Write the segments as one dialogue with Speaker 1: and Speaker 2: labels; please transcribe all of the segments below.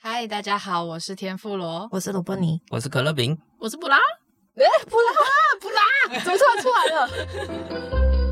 Speaker 1: 嗨，大家好，我是田富罗，
Speaker 2: 我是萝卜泥，
Speaker 3: 我是可乐饼，
Speaker 1: 我是布拉，
Speaker 2: 哎、不啦不啦，怎么突然出来了？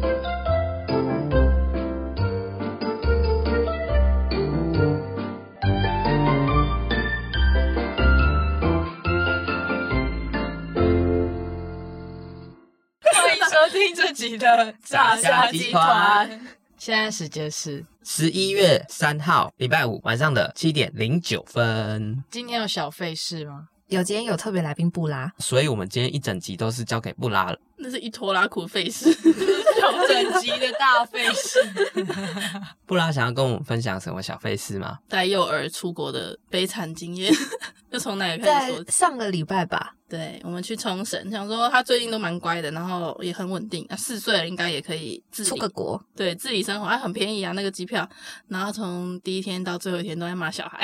Speaker 1: 欢迎收听这集的
Speaker 3: 炸虾集团。
Speaker 1: 现在时间是
Speaker 3: 十一月三号礼拜五晚上的七点零九分，
Speaker 1: 今天有小费事吗？
Speaker 2: 有今天有特别来宾布拉，
Speaker 3: 所以我们今天一整集都是交给布拉了。
Speaker 4: 那是一拖拉苦费事，
Speaker 1: 整集的大费事，
Speaker 3: 布拉想要跟我们分享什么小费事吗？
Speaker 4: 带幼儿出国的悲惨经验， 就从哪里开
Speaker 2: 在
Speaker 4: 始说起？
Speaker 2: 上个礼拜吧，
Speaker 4: 对，我们去冲绳，想说他最近都蛮乖的，然后也很稳定，啊，四岁了应该也可以自
Speaker 2: 出
Speaker 4: 理
Speaker 2: 个，国，
Speaker 4: 对，自理生活，啊，很便宜啊，那个机票，然后从第一天到最后一天都在骂小孩，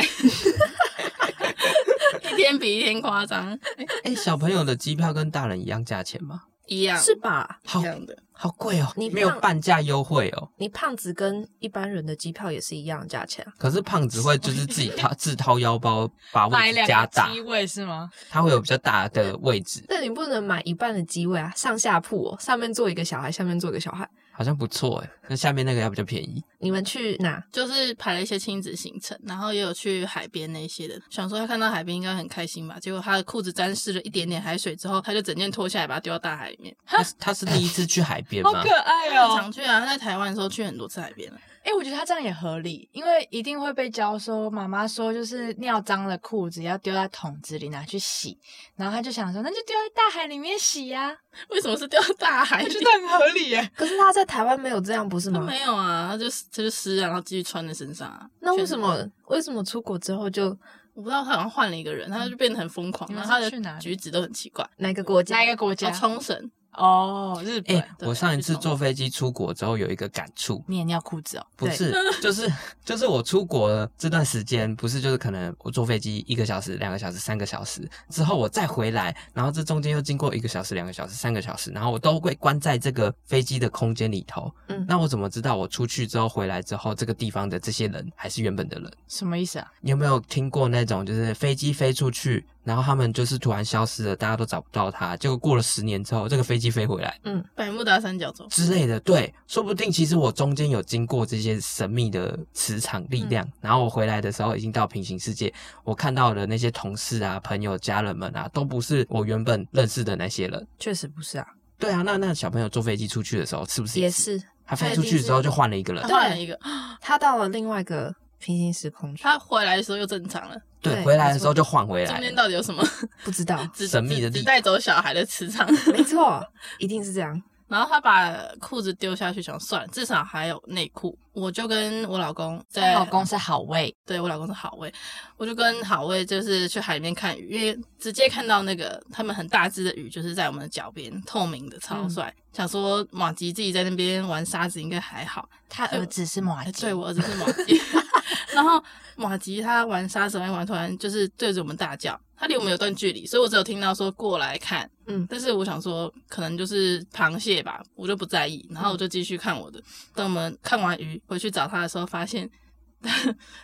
Speaker 4: 一天比一天夸张，
Speaker 3: 哎，小朋友的机票跟大人一样价钱吗？
Speaker 4: 一样
Speaker 2: 是吧？
Speaker 3: 好
Speaker 4: 一样的，
Speaker 3: 好贵哦
Speaker 2: 你，
Speaker 3: 没有半价优惠哦。
Speaker 2: 你胖子跟一般人的机票也是一样的价钱啊，
Speaker 3: 可是胖子会就是自己掏自掏腰包把
Speaker 1: 买
Speaker 3: 位置
Speaker 1: 两
Speaker 3: 加
Speaker 1: 个
Speaker 3: 大
Speaker 1: 机，位是吗？
Speaker 3: 他会有比较大的位置，
Speaker 2: 但你不能买一半的机位啊，上下铺哦，上面坐一个小孩，下面坐一个小孩。
Speaker 3: 好像不错哎。那下面那个要比较便宜，
Speaker 2: 你们去哪？
Speaker 4: 就是排了一些亲子行程，然后也有去海边那些的，想说他看到海边应该很开心吧。结果他的裤子沾湿了一点点海水之后，他就整件脱下来，把它丢到大海里面。
Speaker 3: 他是他是第一次去海边
Speaker 1: 好
Speaker 3: 吗？
Speaker 1: 可爱
Speaker 4: 他很
Speaker 1: 哦！
Speaker 4: 常去啊，他在台湾的时候去很多次海边了。
Speaker 1: 哎、我觉得他这样也合理，因为一定会被教说，妈妈说就是尿脏了裤子要丢在桶子里拿去洗，然后他就想说那就丢在大海里面洗呀、
Speaker 4: 为什么是丢到大海
Speaker 1: 我觉
Speaker 4: 里
Speaker 1: 得？很合理耶。
Speaker 2: 可是他在台湾没有这样，不是
Speaker 4: 他
Speaker 2: 吗？
Speaker 4: 没有啊，他就他就湿啊，然后继续穿在身上啊。
Speaker 2: 那为什么为什么出国之后就
Speaker 4: 我不知道他好像换了一个人，他就变得很疯狂，
Speaker 1: 你们
Speaker 4: 然
Speaker 1: 是
Speaker 4: 后他的
Speaker 1: 去哪里
Speaker 4: 举止都很奇怪。
Speaker 2: 哪个国
Speaker 1: 哪
Speaker 2: 家
Speaker 1: 一？个国家
Speaker 4: 叫？冲绳，
Speaker 1: 哦，日本。
Speaker 3: 哎、
Speaker 4: 对
Speaker 3: 我上一次
Speaker 4: 去冲
Speaker 3: 坐飞机出国之后有一个感触，
Speaker 1: 你也尿裤子哦？
Speaker 3: 不是，就是就是我出国了这段时间，不是就是可能我坐飞机一个小时、两个小时、三个小时之后我再回来，然后这中间又经过一个小时、两个小时、三个小时，然后我都会关在这个飞机的空间里头。
Speaker 2: 嗯
Speaker 3: 那我怎么知道我出去之后回来之后，这个地方的这些人还是原本的人？
Speaker 1: 什么意思啊？
Speaker 3: 你有没有听过那种就是飞机飞出去，然后他们就是突然消失了，大家都找不到他，结果过了十年之后，这个飞机飞回来。
Speaker 4: 百慕大三角洲。
Speaker 3: 之类的，对，说不定其实我中间有经过这些神秘的磁场力量，
Speaker 4: 嗯
Speaker 3: 然后我回来的时候已经到平行世界，我看到的那些同事啊、朋友、家人们啊，都不是我原本认识的那些人。
Speaker 2: 确实不是啊，
Speaker 3: 对啊，那那小朋友坐飞机出去的时候，是不是
Speaker 2: 也
Speaker 3: 是？
Speaker 2: 是。
Speaker 3: 他飞出去的时候就换了一个人
Speaker 4: 他，
Speaker 2: 对
Speaker 4: 换了一个，
Speaker 2: 他到了另外一个平行时空去，
Speaker 4: 他回来的时候又正常了。
Speaker 3: 对，
Speaker 2: 对
Speaker 3: 回来的时候就换回来
Speaker 4: 中间
Speaker 3: 了。
Speaker 4: 到底有什么？
Speaker 2: 不知道
Speaker 4: ，只
Speaker 3: 神秘的
Speaker 4: 只
Speaker 3: 地
Speaker 4: 只带走小孩的磁场。
Speaker 2: 没错，一定是这样。
Speaker 4: 然后他把裤子丢下去，想算了，至少还有内裤。我就跟我老公在
Speaker 1: 老公是好味，
Speaker 4: 对我老公是好味，我就跟好味就是去海里面看鱼，因为直接看到那个他们很大只的鱼，就是在我们的脚边，透明的，
Speaker 1: 嗯
Speaker 4: 超帅。想说马吉自己在那边玩沙子应该还好，
Speaker 1: 他儿子是马
Speaker 4: 哎
Speaker 1: 吉，
Speaker 4: 对我儿子是马吉。 然后马吉他玩沙子玩一玩，突然就是对着我们大叫，他离我们有段距离，所以我只有听到说过来看，
Speaker 2: 嗯
Speaker 4: 但是我想说可能就是螃蟹吧，我就不在意，然后
Speaker 2: 嗯
Speaker 4: 我就继续看我的。等我们看完鱼回去找他的时候，发现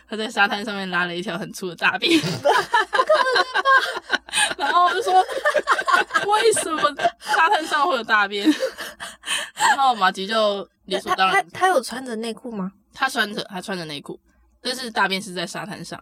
Speaker 4: 他在沙滩上面拉了一条很粗的大 便，然后我就说为什么沙滩上会有大便？ 然后马吉就理
Speaker 2: 那
Speaker 4: 所
Speaker 2: 他
Speaker 4: 当
Speaker 2: 他
Speaker 4: 然
Speaker 2: 他有穿着内裤吗？
Speaker 4: 他穿着他穿着内裤，但是大便是在沙滩上，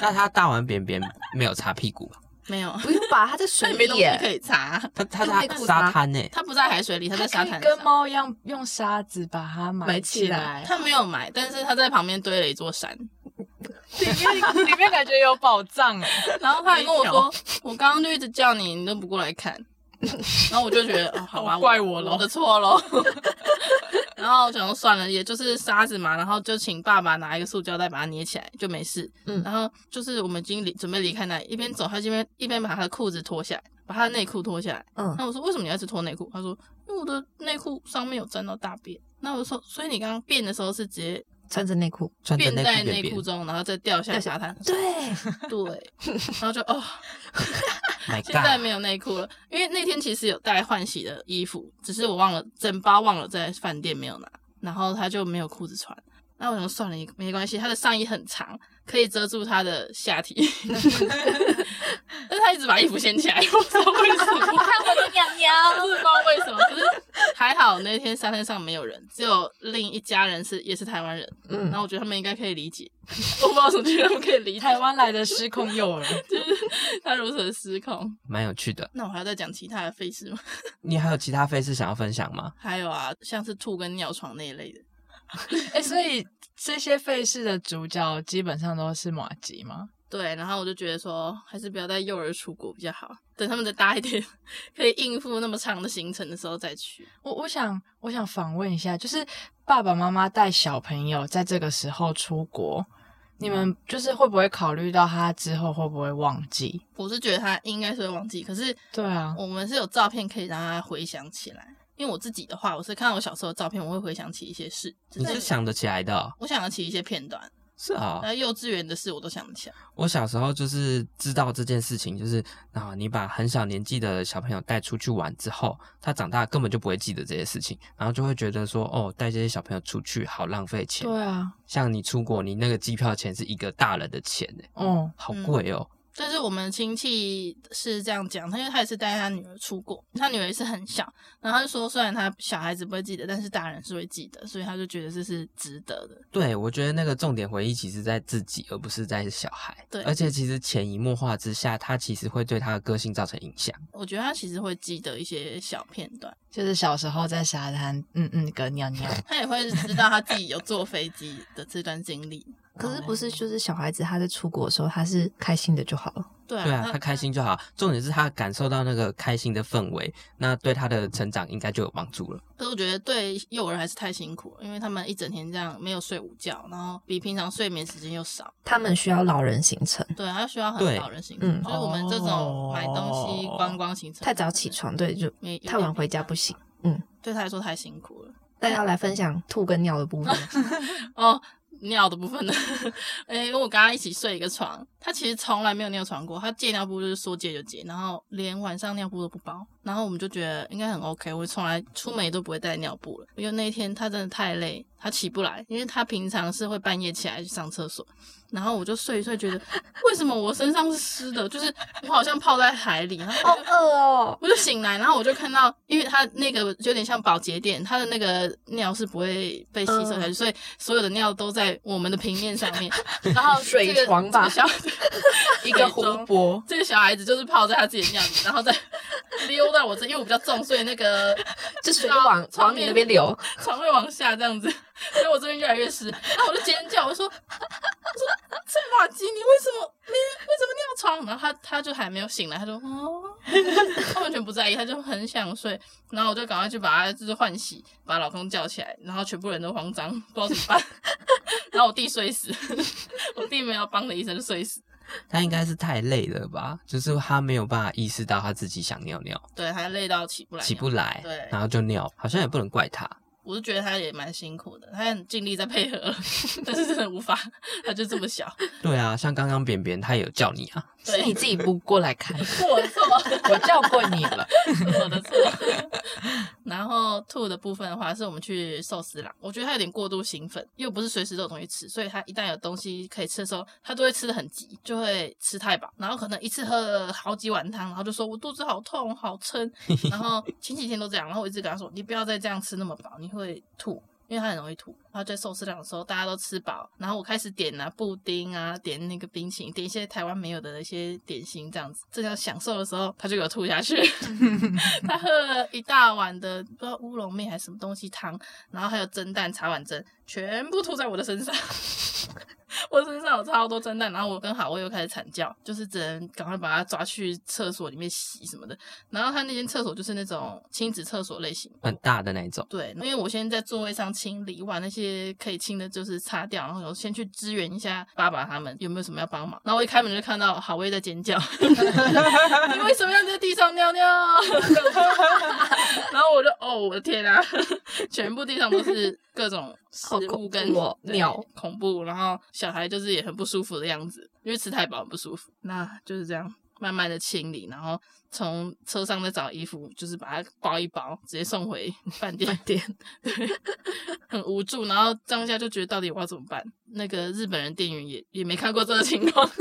Speaker 3: 那他大完便便没有擦屁股吧，
Speaker 4: 没 有，
Speaker 2: 不用吧，他在
Speaker 4: 他
Speaker 2: 水
Speaker 4: 也没
Speaker 2: 里
Speaker 4: 东西可
Speaker 2: 耶。
Speaker 4: 以擦，
Speaker 3: 他他
Speaker 2: 用内
Speaker 3: 他
Speaker 2: 裤擦
Speaker 3: 沙滩呢、
Speaker 4: 啊他不在海水里，他在沙
Speaker 1: 他可以
Speaker 4: 滩
Speaker 1: 跟
Speaker 4: 上。
Speaker 1: 猫一样用沙子把它埋
Speaker 2: 埋
Speaker 1: 起
Speaker 2: 起
Speaker 1: 来
Speaker 2: 来。
Speaker 4: 他没有埋，但是他在旁边堆了一座山，
Speaker 1: 里面里面感觉有宝藏哎，
Speaker 4: 然后他还跟我说：“我刚刚就一直叫你，你都不过来看。”然后我就觉得，哦、好吧，
Speaker 1: 好怪我
Speaker 4: 我
Speaker 1: 咯
Speaker 4: 我的错喽。 然后我想说算了，也就是沙子嘛，然后就请爸爸拿一个塑胶袋把它捏起来，就没事。
Speaker 2: 嗯
Speaker 4: 然后就是我们已经离准备离开那里，一边走，他这边一边把他的裤子脱下来，把他的内裤脱下来。
Speaker 2: 嗯，
Speaker 4: 那我说为什么你要一直脱内裤？他说因为我的内裤上面有沾到大便。那我说，所以你刚刚便的时候是直接
Speaker 2: 穿着内裤。
Speaker 3: 穿着
Speaker 4: 便
Speaker 3: 内
Speaker 4: 在
Speaker 3: 裤便
Speaker 4: 内
Speaker 3: 便
Speaker 4: 裤中，然后再掉下沙滩。
Speaker 2: 对，
Speaker 4: 对，然后就哦，
Speaker 3: ，My
Speaker 4: 现在
Speaker 3: God，
Speaker 4: 没有内裤了，因为那天其实有带换洗的衣服，只是我忘了整包忘了在饭店没有拿，然后他就没有裤子穿。那我想说算了，没关系，他的上衣很长，可以遮住他的下体， 但是他一直把衣服掀起来， 我不知道为什么。
Speaker 1: 看我的娘
Speaker 4: 不
Speaker 1: 娘，
Speaker 4: 知道为什么，可是还好那天沙滩上没有人，只有另一家人是也是台湾人，然
Speaker 2: 嗯，
Speaker 4: 后我觉得他们应该可以理解， 我不知道怎么觉得他们可以理 解
Speaker 1: 台湾来的失控幼儿，
Speaker 4: 他如何失控。
Speaker 3: 蛮有趣的。
Speaker 4: 那我还要再讲其他的费事吗？
Speaker 3: 你还有其他费事想要分享吗？
Speaker 4: 还有啊，像是吐跟尿床那一类的，
Speaker 1: 哎、所以这些费事的主角基本上都是马吉吗？
Speaker 4: 对，然后我就觉得说，还是不要带幼儿出国比较好，等他们再大一点， 可以应付那么长的行程的时候再去。
Speaker 1: 我我想我想访问一下，就是爸爸妈妈带小朋友在这个时候出国，你们就是会不会考虑到他之后会不会忘记？
Speaker 4: 我是觉得他应该是会忘记，可是
Speaker 1: 对啊，
Speaker 4: 我们是有照片可以让他回想起来。因为我自己的话，我是看到我小时候的照片，我会回想起一些事。就
Speaker 3: 你是想得起来的哦、
Speaker 4: 我想得起一些片段，
Speaker 3: 是啊、
Speaker 4: 那幼稚园的事我都想不起来。
Speaker 3: 我小时候就是知道这件事情，就是啊，你把很小年纪的小朋友带出去玩之后，他长大根本就不会记得这些事情，然后就会觉得说，哦，带这些小朋友出去好浪费钱。
Speaker 1: 对啊，
Speaker 3: 像你出国，你那个机票钱是一个大人的钱欸
Speaker 1: 哦、
Speaker 3: 好
Speaker 4: 嗯
Speaker 3: 贵哦、
Speaker 4: 但是我们亲戚是这样讲，他因为他也是带他女儿出国，他女儿也是很小，然后他就说，虽然他小孩子不会记得，但是大人是会记得，所以他就觉得这是值得的。
Speaker 3: 对，我觉得那个重点回忆其实在自己，而不是在小孩。
Speaker 4: 对
Speaker 3: 而且其实潜移默化之下，他其实会对他的个性造成影响。
Speaker 4: 我觉得他其实会记得一些小片段，
Speaker 1: 就是小时候在沙滩，嗯嗯个尿尿，
Speaker 4: 他也会知道他自己有坐飞机的这段经历。
Speaker 2: 可是不是就是小孩子他在出国的时候他是开心的就好了，
Speaker 4: 对啊，
Speaker 3: 对啊，
Speaker 4: 那
Speaker 3: 他开心就好。重点是他感受到那个开心的氛围，那对他的成长应该就有帮助了。
Speaker 4: 可是我觉得对幼儿还是太辛苦了，因为他们一整天这样没有睡午觉，然后比平常睡眠时间又少，
Speaker 2: 他们需要老人行程，
Speaker 4: 对，他需要很
Speaker 3: 对
Speaker 4: 老人行
Speaker 2: 嗯
Speaker 4: 程，所以我们这种买东西
Speaker 1: 哦
Speaker 4: 观光行程
Speaker 2: 太早起，床对就
Speaker 4: 没有
Speaker 2: 太晚回家不行。
Speaker 4: 对他来说太辛苦了。
Speaker 2: 大家来分享吐跟尿的部分，
Speaker 4: 哦，尿的部分呢？诶，因为我跟他一起睡一个床，他其实从来没有尿床过，他戒尿布就是说戒就戒，然后连晚上尿布都不包，然后我们就觉得应该很 OK，我从来出门也都不会带尿布了，因为那一天他真的太累，他起不来，因为他平常是会半夜起来去上厕所，然后我就睡一睡，觉得 为什么我身上是湿的，就是我好像泡在海里，然后
Speaker 2: 好饿哦。
Speaker 4: 我就醒来，然后我就看到，因为它那个有点像保洁店，它的那个尿是不会被吸收下去，所以所有的尿都在我们的平面上面。然后这个
Speaker 2: 水床吧
Speaker 4: 这个小
Speaker 1: 一个湖泊，
Speaker 4: 这个小孩子就是泡在他自己的尿里，然后再溜到我这，因为我比较重，所以那个
Speaker 2: 就水就往往你那边流，
Speaker 4: 床会往下这样子，所以我这边越来越湿。然后我就尖叫，我说：“我说这马吉，你为什么你为什么尿床？”然后他他就还没有醒来，他说：“哦，他完全不在意，他就很想睡。”然后我就赶快去把他就是换洗，把老公叫起来，然后全部人都慌张，不知道怎么办。然后我弟睡死，我弟没有帮的医生就睡死，
Speaker 3: 他应该是太累了吧，就是他没有办法意识到他自己想尿尿，
Speaker 4: 对他累到起不来，
Speaker 3: 起不。来，
Speaker 4: 对
Speaker 3: 然后就尿，好像也不能怪他。
Speaker 4: 我就觉得他也蛮辛苦的，他很尽力在配合了，但是真的无法， 他就这么小，
Speaker 3: 对啊，像刚刚扁扁他也有叫你啊，
Speaker 1: 是你自 己不过来看，
Speaker 4: 是我的错。
Speaker 1: 我叫过你了。
Speaker 4: 是 我的错。然后吐的部分的话，是我们去寿司郎，我觉得他有点过度兴奋，又不是随时都有东西吃，所以他一旦有东西可以吃的时候，他都会吃的很急，就会吃太饱，然后可能一次喝了好几碗汤，然后就说我肚子好痛，好撑。然后前几天都这样，然后我一直跟他说，你不要再这样吃那么饱，你会吐。因为他很容易吐，然后在寿司郎的时候，大家都吃饱，然后我开始点啊布丁啊，点那个冰淇淋，点一些台湾没有的一些点心，这样子正要享受的时候，他就给我吐下去。他喝了一大碗的不知道乌龙面还是什么东西汤，然后还有蒸蛋、茶碗蒸，全部吐在我的身上。 我身上有超多蒸蛋，然后我跟好味又开始惨叫，就是只能赶快把它抓去厕所里面洗什么的。然后他那间厕所就是那种亲子厕所类型，
Speaker 3: 很大的那一种。
Speaker 4: 对，因为我先在座位上清理，把那些可以清的，就是擦掉，然后我先去支援一下爸爸他们有没有什么要帮忙。然后我一开门就看到好威在尖叫， 你为什么要在地上尿尿？ 然后我就哦，我的天啊， 全部地上都是各种食
Speaker 2: 好恐
Speaker 4: 物跟
Speaker 2: 怖哦
Speaker 4: 对
Speaker 2: 尿
Speaker 4: 恐怖。然后小孩就是也很不舒服的样子，因为吃太饱很不舒服。那就是这样。慢慢的清理，然后从车上再找衣服，就是把它包一包，直接送回饭店。饭店， 对，很无助。然后当下就觉得到底我要怎么办？那个日本人店员也也没看过这个情况。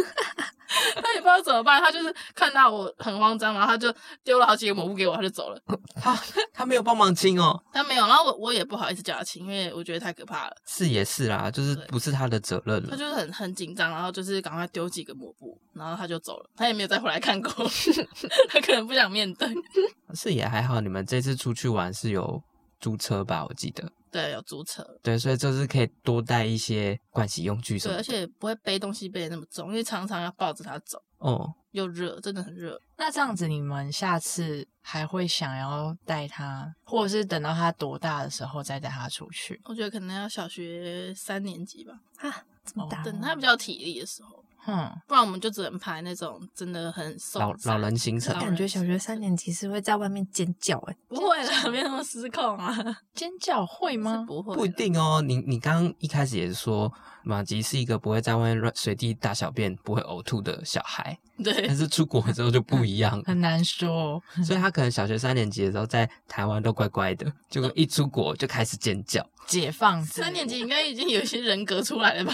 Speaker 4: 他也不知道怎么办，他就是看到我很慌张，然后他就丢了好几个抹布给我，他就走了。
Speaker 3: 他他没有帮忙清哦，
Speaker 4: 他没有，然后我我也不好意思叫他亲，因为我觉得太可怕了。
Speaker 3: 是也是啦，就是
Speaker 4: 对
Speaker 3: 不是他的责任
Speaker 4: 他
Speaker 3: 了。
Speaker 4: 就是很很紧张，然后就是赶快丢几个抹布，然后他就走了，他也没有再回来看过， 他可能不想面对。
Speaker 3: 是也还好，你们这次出去玩是有租车吧？我记得，
Speaker 4: 对，有租车，
Speaker 3: 对，所以就是可以多带一些盥洗用具什么
Speaker 4: 对，
Speaker 3: 的。
Speaker 4: 而且不会背东西背的那么重，因为常常要抱着他走，
Speaker 3: 哦，
Speaker 4: 又热，真的很热。
Speaker 1: 那这样子，你们下次还会想要带他，或者是等到他多大的时候再带他出去？
Speaker 4: 我觉得可能要小学三年级吧，
Speaker 2: 啊，这么大
Speaker 1: 哦，
Speaker 4: 等他比较有体力的时候，
Speaker 1: 哼，
Speaker 4: 不然我们就只能排那种真的很松
Speaker 3: 老
Speaker 4: 散
Speaker 3: 老人行程
Speaker 4: 老人
Speaker 2: 感觉小学三年级是会在外面尖叫哎、
Speaker 4: 不会啦，没那么失控啊，
Speaker 1: 尖叫会
Speaker 4: 是
Speaker 1: 吗？
Speaker 4: 不会啦，
Speaker 3: 不一定哦。你你刚刚一开始也是说，马吉是一个不会在外面乱随地大小便、不会呕吐的小孩，
Speaker 4: 对
Speaker 3: 但，是出国之后就不一样了。
Speaker 1: 很难说。哦
Speaker 3: 所以他可能小学三年级的时候在台湾都乖乖的，结果一出国就开始尖叫。
Speaker 1: 解放自我
Speaker 4: 三年级应该已经有一些人格出来了 吧，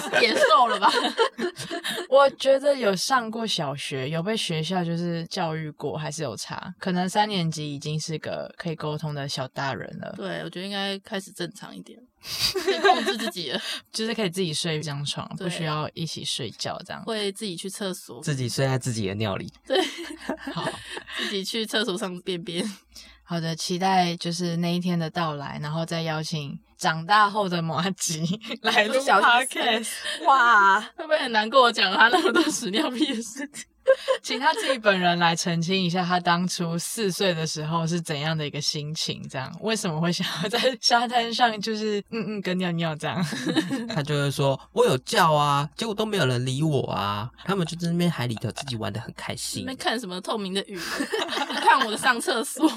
Speaker 4: 是野兽了吧？
Speaker 1: 我觉得有上过小学，有被学校就是教育过，还是有差。可能三年级已经是个可以沟通的小大人了，
Speaker 4: 对，我觉得应该开始正常一点，可以控制自己了，
Speaker 1: 就是可以自己睡一张床，
Speaker 4: 对
Speaker 1: 不需要一起睡觉这样。
Speaker 4: 会自己去厕所，
Speaker 3: 自己睡在自己的尿里，
Speaker 1: 好
Speaker 4: 自己去厕所上便便。
Speaker 1: 好的，期待就是那一天的到来，然后再邀请长大后的马吉 来录
Speaker 2: 小
Speaker 1: podcast，
Speaker 2: 哇，
Speaker 4: 会不会很难过？我讲了他那么多屎尿屁的事情，
Speaker 1: 请他自己本人来澄清一下，他当初四岁的时候是怎样的一个心情，这样为什么会想要在沙滩上就是嗯嗯跟尿尿这样。
Speaker 3: 他就会说：“我有叫啊，结果都没有人理我啊。”他们就在那边海里头自己玩的很开
Speaker 4: 你
Speaker 3: 心
Speaker 4: 们。看什么透明的雨，看我的上厕 所。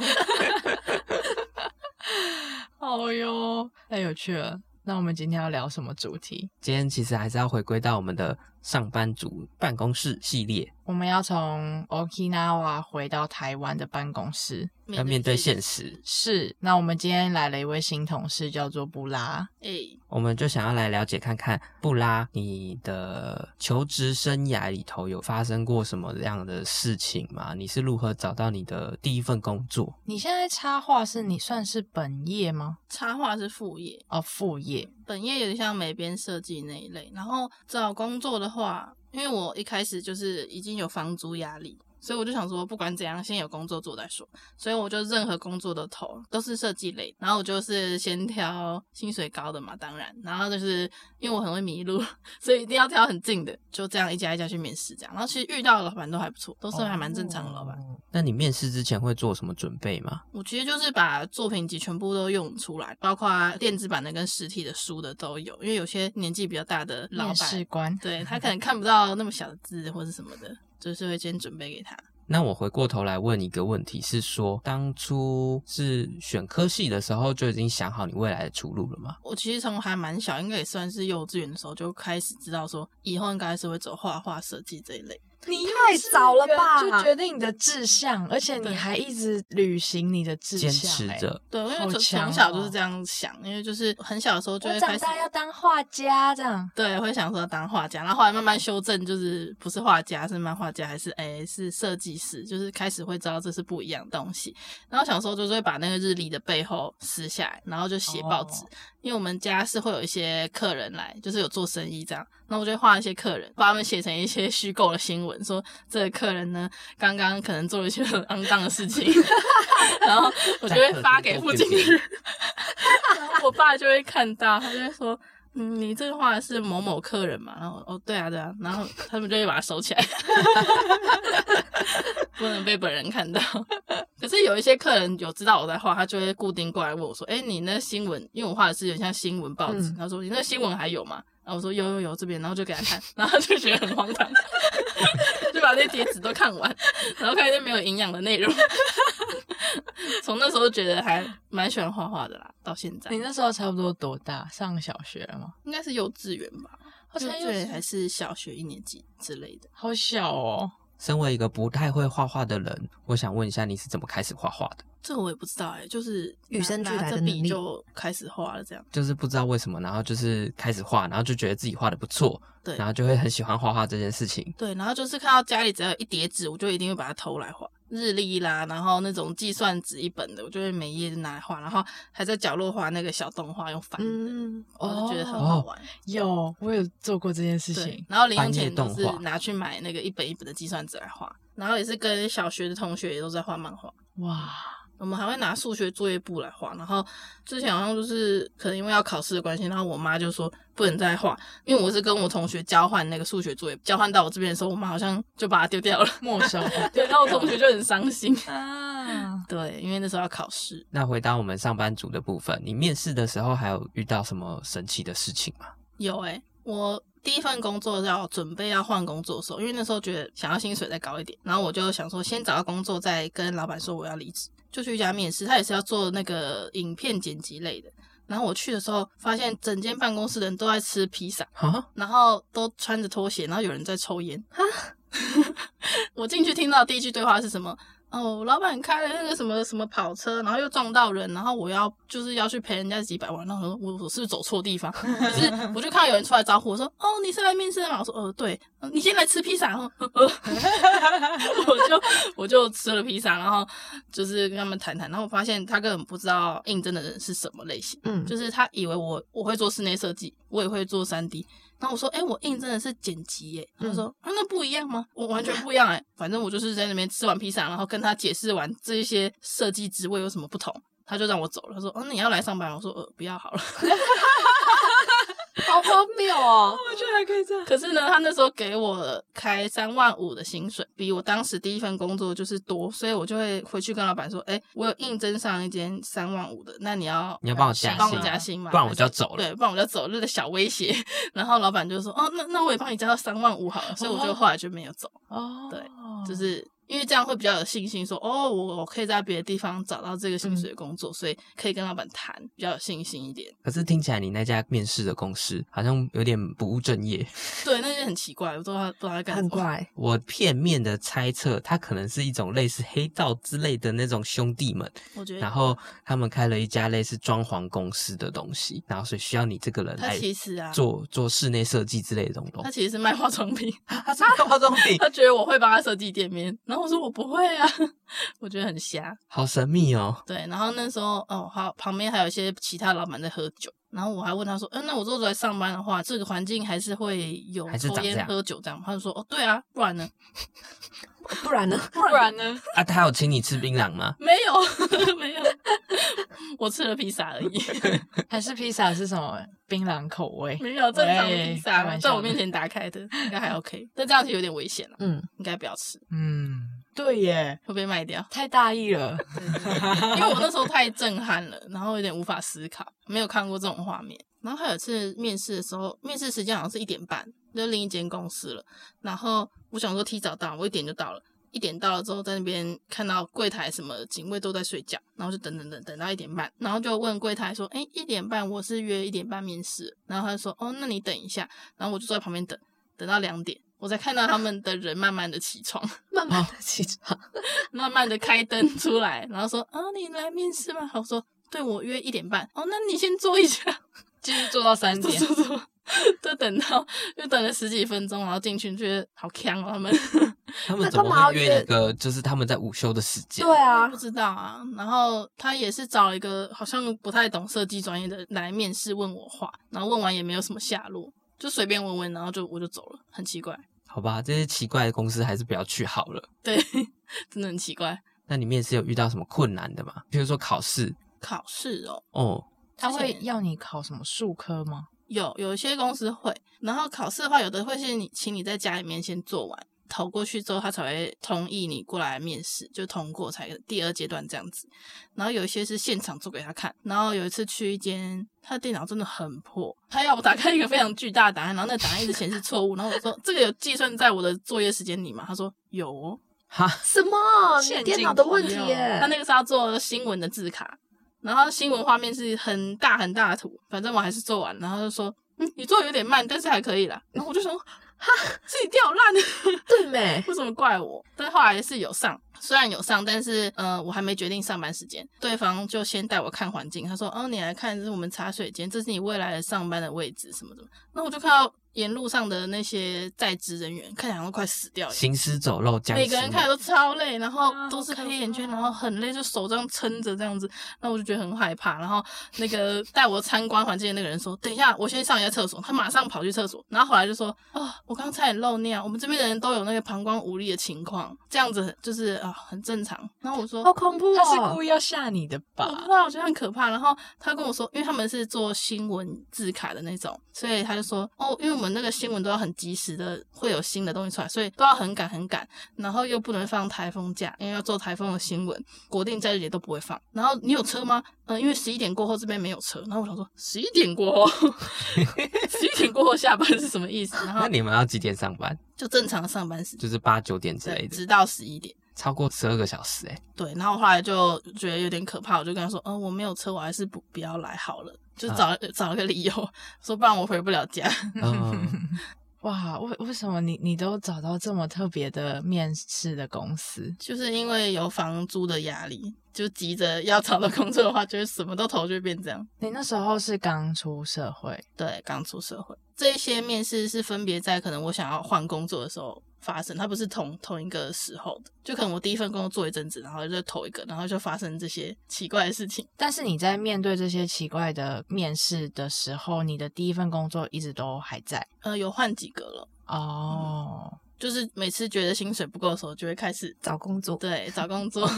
Speaker 1: 哦哟，太有趣了。那我们今天要聊什么主题？
Speaker 3: 今天其实还是要回归到我们的上班族办公室系列，
Speaker 1: 我们要从 Okinawa 回到台湾的办公室。
Speaker 3: 要面对现
Speaker 4: 实，
Speaker 3: 实。
Speaker 1: 是，那我们今天来了一位新同事，叫做布拉。
Speaker 4: 哎、
Speaker 3: 我们就想要来了解看看布拉，你的求职生涯里头有发生过什么样的事情吗？你是如何找到你的第一份工作？
Speaker 1: 你现在插画是你算是本业吗？
Speaker 4: 插画是副业，
Speaker 1: 哦，副业。
Speaker 4: 本业有点像美编设计那一类。然后找工作的话，因为我一开始就是已经有房租压力，所以我就想说，不管怎样，先有工作做再说。所以我就任何工作都投，都是设计类。然后我就是先挑薪水高的嘛，当然。然后就是因为我很会迷路，所以一定要挑很近的。就这样一家一家去面试，这样。然后其实遇到的老板都还不错，都是还蛮正常的老板。
Speaker 1: 哦
Speaker 3: 那你面试之前会做什么准备吗？
Speaker 4: 我其实就是把作品集全部都用出来，包括电子版的跟实体的书的都有，因为有些年纪比较大的老
Speaker 1: 面试
Speaker 4: 板，
Speaker 1: 官。
Speaker 4: 对他可能看不到那么小的字或者什么的，就是会先准备给他。
Speaker 3: 那我回过头来问一个问题，是说当初是选科系的时候就已经想好你未来的出路了吗？
Speaker 4: 我其实从还蛮小，应该也算是幼稚园的时候就开始知道说，以后应该是会走画画设计这一类。
Speaker 1: 你
Speaker 2: 太早了吧
Speaker 1: 就决定你的志向，而且你
Speaker 4: 对
Speaker 1: 还一直履行你的志向、
Speaker 3: 坚持
Speaker 4: 欸
Speaker 1: 哎。
Speaker 3: 着，
Speaker 4: 对，因为
Speaker 1: 好
Speaker 4: 从
Speaker 1: 强
Speaker 4: 从小就
Speaker 1: 哦
Speaker 4: 是这样想，因为就是很小的时候就
Speaker 1: 我
Speaker 4: 会
Speaker 1: 长
Speaker 4: 开始
Speaker 1: 大要当画家，这样。
Speaker 4: 对，会想说当画家，然后后来慢慢修正，就是不是画家，是漫画家，还是诶是设计师，就是开始会知道这是不一样的东西。然后小时候就是会把那个日历的背后撕下来，然后就写报纸，
Speaker 1: 哦
Speaker 4: 因为我们家是会有一些客人来，就是有做生意这样，那我就会画一些客人，把他们写成一些虚构的新闻，说这个客人呢刚刚可能做了一些很肮脏的事情，然后我就会发给附近的人，然后我爸就会看到，他就会说。嗯，你这画的是某某客人嘛？然后我哦，对啊，对啊，然后他们就会把它收起来， 不能被本人看到。可是有一些客人有知道我在画，他就会固定过来问我说：“哎、你那新闻，因为我画的是有点像新闻报纸，
Speaker 2: 嗯
Speaker 4: 他说你那新闻还有吗？”然后我说：“有有有，这边。”然后就给他看，然后他就觉得很荒唐， 就把那些叠纸都看完，然后看一些没有营养的内容。 从那时候觉得还蛮喜欢画画的啦，到现在
Speaker 1: 你那时候差不多多大？上小学了吗？
Speaker 4: 应该是幼稚园吧。
Speaker 1: 我
Speaker 4: 幼
Speaker 1: 才
Speaker 4: 稚
Speaker 1: 幼
Speaker 4: 园还
Speaker 1: 稚，
Speaker 4: 是小学一年级之类的。
Speaker 1: 好小哦。
Speaker 3: 身为一个不太会画画的人，我想问一下，你是怎么开始画画的？
Speaker 4: 这我也不知道哎、就是
Speaker 2: 与
Speaker 4: 拿
Speaker 2: 生俱
Speaker 4: 拿
Speaker 2: 来
Speaker 4: 着
Speaker 2: 的能
Speaker 4: 笔
Speaker 2: 力
Speaker 4: 就开始画了这样。
Speaker 3: 就是不知道为什么，然后就是开始画，然后就觉得自己画的不错，
Speaker 4: 对
Speaker 3: 然后就会很喜欢画画这件事情。
Speaker 4: 对，然后就是看到家里只要有一叠纸，我就一定会把它偷来画。日历啦，然后那种计算纸一本的，我就会每页就拿来画，然后还在角落画那个小动画，用翻的，
Speaker 2: 嗯，
Speaker 4: 我就觉得很
Speaker 1: 哦
Speaker 4: 好玩。
Speaker 1: 有，我有做过这件事
Speaker 4: 对
Speaker 1: 情，，
Speaker 4: 然后零
Speaker 3: 翻
Speaker 4: 用
Speaker 3: 页
Speaker 4: 钱都
Speaker 3: 动
Speaker 4: 是
Speaker 3: 画
Speaker 4: 拿去买那个一本一本的计算纸来画，然后也是跟小学的同学也都在画漫画。
Speaker 1: 哇，
Speaker 4: 我们还会拿数学作业簿来画，然后之前好像就是可能因为要考试的关系，然后我妈就说不能再画，因为我是跟我同学交换那个数学作业，交换到我这边的时候，我妈好像就把它丢掉了，
Speaker 1: 没 收
Speaker 4: 对，然后我同学就很伤心。
Speaker 1: 啊！
Speaker 4: 对，因为那时候要考试，
Speaker 3: 那回到我们上班族的部分，你面试的时候还有遇到什么神奇的事情吗？
Speaker 4: 有诶、我第一份工作要准备要换工作的时候，因为那时候觉得想要薪水再高一点，然后我就想说先找到工作，再跟老板说我要离职，就去一家面试，他也是要做那个影片剪辑类的。然后我去的时候，发现整间办公室的人都在吃披萨，
Speaker 3: 啊，
Speaker 4: 然后都穿着拖鞋，然后有人在抽烟。 我进去听到第一句对话是什么？哦，老板开了那个什么什么跑车，然后又撞到人，然后我要就是要去赔人家几百万。然后我说我我是不是走错地方？可是我就看到有人出来招呼我说：“哦，你是来面试的吗？”我说：“呃，对，呃你先来吃披萨。”然后呃呃 我就我就吃了披萨，然后就是跟他们谈谈，然后我发现他根本不知道应征的人是什么类型。
Speaker 2: 嗯，就
Speaker 4: 就是他以为我我会做室内设计，我也会做三 D。然后我说，哎、我印真的是剪辑耶。他
Speaker 2: 嗯
Speaker 4: 说、啊，那不一样吗？我完全不一样哎。反正我就是在那边吃完披萨，然后跟他解释完这些设计职位有什么不同，他就让我走了。他说，哦、那你要来上班吗？我说，呃，不要好了。
Speaker 2: 好荒谬哦！
Speaker 1: 我觉得还可以这样，
Speaker 4: 可是呢，他那时候给我开三万五的薪水，比我当时第一份工作就是多，所以我就会回去跟老板说，哎、我有应征上一间三万五的，那你要
Speaker 3: 你要帮我加薪
Speaker 4: 帮我加薪吗？
Speaker 3: 不然我就要走了。
Speaker 4: 对，不然我就走，那个小威胁。然后老板就说：“哦，那那我也帮你加到三万五好了。”所以我就后来就没有走，
Speaker 1: 哦，
Speaker 4: 对，就是因为这样会比较有信心说哦，我我可以在别的地方找到这个薪水的工作，所以可以跟老板谈，比较有信心一点。
Speaker 3: 可是听起来你那家面试的公司好像有点不务正业。
Speaker 4: 对，那些很奇怪，我都不知道不知道在干什
Speaker 2: 很
Speaker 4: 么。
Speaker 2: 怪，
Speaker 3: 我片面的猜测，它可能是一种类似黑道之类的那种兄弟们，
Speaker 4: 我觉得，
Speaker 3: 然后他们开了一家类似装潢公司的东西，然后所以需要你这个人
Speaker 4: 他
Speaker 3: 来
Speaker 4: 其实啊，
Speaker 3: 做做室内设计之类的东东
Speaker 4: 他。其实是卖化妆品，
Speaker 3: 他 是化妆品，
Speaker 4: 他觉得我会帮他设计店面，然后我说我不会啊， 我觉得很瞎。
Speaker 3: 好神秘哦。
Speaker 4: 对，然后那时候哦，好，旁边还有一些其他老板在喝酒，然后我还问他说，嗯、那我如果来上班的话，这个环境还是会有
Speaker 3: 还是
Speaker 4: 抽
Speaker 3: 长这
Speaker 4: 烟
Speaker 3: 样
Speaker 4: 喝酒这样吗？他就说，哦，对啊，不然呢？
Speaker 2: 不然呢？
Speaker 1: 不然呢？
Speaker 3: 啊，他有请你吃槟榔吗？
Speaker 4: 没有， 没有，我吃了披萨而已，
Speaker 1: 还是披萨是什么槟榔口味？
Speaker 4: 没有正常的
Speaker 1: 喂
Speaker 4: 披
Speaker 1: 开
Speaker 4: 萨，
Speaker 1: 玩
Speaker 4: 在我
Speaker 1: 笑的
Speaker 4: 面前打开的，应该还 OK，但这样子有点危险了，
Speaker 2: 嗯，
Speaker 4: 应该不要吃，
Speaker 1: 嗯，对耶，
Speaker 4: 会被卖掉。
Speaker 1: 太大意了。
Speaker 4: 因为我那时候太震撼了，然后有点无法思考，没有看过这种画面。然后还有一次面试的时候，面试时间好像是一点半，就是另一间公司了。然后我想说提早到，我一点就到了。一点到了之后，在那边看到柜台什么警卫都在睡觉，然后就等等等等到一点半，然后就问柜台说：“哎，一点半我是约一点半面试。”然后他就说：“哦，那你等一下。”然后我就坐在旁边等，等到两点，我才看到他们的人慢慢的起床。
Speaker 2: 慢慢的起床，
Speaker 4: 慢慢的开灯出来，然后说：“啊，你来面试吗？”我说：“对，我约一点半。”哦，那你先坐一下，
Speaker 1: 继续做到三
Speaker 4: 坐
Speaker 1: 点，
Speaker 4: 坐坐， 就等到就等了十几分钟，然后进去觉得好呛哦，他们
Speaker 3: 他们怎么会约一个就是他们在午休的时间？
Speaker 2: 对啊
Speaker 4: 不，知道啊。然后他也是找一个好像不太懂设计专业的来面试问我话，然后问完也没有什么下落，就随便问问，然后就我就走了，很奇怪，
Speaker 3: 好吧，这些奇怪的公司还是不要去好了。
Speaker 4: 对， 真的很奇怪。
Speaker 3: 那你面试有遇到什么困难的吗？比如说考试
Speaker 4: 考试哦，
Speaker 3: 哦，
Speaker 1: 他
Speaker 4: 之
Speaker 1: 会
Speaker 4: 前
Speaker 1: 要你考什么数科吗？
Speaker 4: 有有一些公司会，然后考试的话，有的会是你请你在家里面先做完，投过去之后，他才会同意你过来面试，就通过才第二阶段这样子。然后有一些是现场做给他看，然后有一次去一间，他的电脑真的很破，他要我打开一个非常巨大的档案，然后那档案一直显示错误，然后我说这个有计算在我的作业时间里吗？他说有哦，
Speaker 3: 哈，
Speaker 2: 什么？
Speaker 1: 陷
Speaker 2: 你
Speaker 1: 阱
Speaker 2: 电脑的问题
Speaker 4: 他
Speaker 2: 耶？
Speaker 4: 那个是要做新闻的字卡，然后新闻画面是很大很大的图，反正我还是做完，然后就说嗯，你做的有点慢，但是还可以啦。然后我就想说，哈，自己掉烂了，
Speaker 2: 对 没？
Speaker 4: 为什么怪我？但后来是有上，虽然有上，但是呃，我还没决定上班时间。对方就先带我看环境，他说：“哦，你来看，这是我们茶水间，这是你未来的上班的位置，什么什么。”那我就看到沿路上的那些在职人员，看起来好像快死掉一样。
Speaker 3: 行尸走肉，僵尸。
Speaker 4: 哦每个人看起来都超累，然后
Speaker 1: 啊
Speaker 4: 都是
Speaker 1: 好可
Speaker 4: 黑眼圈，
Speaker 1: 怕
Speaker 4: 然后很累，就手这样撑着这样子，那我就觉得很害怕。然后那个 带我参观环境的那个人说：“等一下，我先上一下厕所。”他马上跑去厕所，然后回来就说：“哦，我刚才也漏尿，我们这边的人都有那个膀胱无力的情况，这样子就是啊、很正常。”然后我说：“
Speaker 2: 好恐怖
Speaker 1: 他是
Speaker 2: 哦
Speaker 1: 故！意要吓你的
Speaker 4: 我不
Speaker 1: 吧
Speaker 4: 知？道，我觉得很可怕。然后他跟我说，因为他们是做新闻字卡的那种，所以他就说，哦，因为我们那个新闻都要很及时的，会有新的东西出来，所以都要很赶很赶，然后又不能放台风假，因为要做台风的新闻，国定假日也都不会放。然后你有车吗？嗯、因为十一点过后这边没有车。然后我想说，十一点过后，十一点过后下班是什么意思？然
Speaker 3: 那
Speaker 4: 后
Speaker 3: 你们要几点上班？
Speaker 4: 就正常上班时间，
Speaker 3: 就是八九点之类
Speaker 4: 对，
Speaker 3: 的，
Speaker 4: 直到十一点。
Speaker 3: 超过十二个小时哎、
Speaker 4: 对，然后后来就觉得有点可怕，我就跟他说，嗯，我没有车，我还是不不要来好了，就找、找了个理由，说不然我回不了家。
Speaker 3: 嗯，
Speaker 1: 哇，为为什么你你都找到这么特别的面试的公司？
Speaker 4: 就是因为有房租的压力，就急着要找到工作的话，就是什么都投就会变这样。
Speaker 1: 你那时候是刚出社会，
Speaker 4: 对，刚出社会，这一些面试是分别在可能我想要换工作的时候发生，它不是同同一个时候的，就可能我第一份工作做一阵子，然后就投一个，然后就发生这些奇怪的事情。
Speaker 1: 但是你在面对这些奇怪的面试的时候，你的第一份工作一直都还在
Speaker 4: 呃，有换几个了，嗯
Speaker 1: 哦。
Speaker 4: 就是每次觉得薪水不够的时候，就会开始
Speaker 2: 找工作，
Speaker 4: 对，找 工作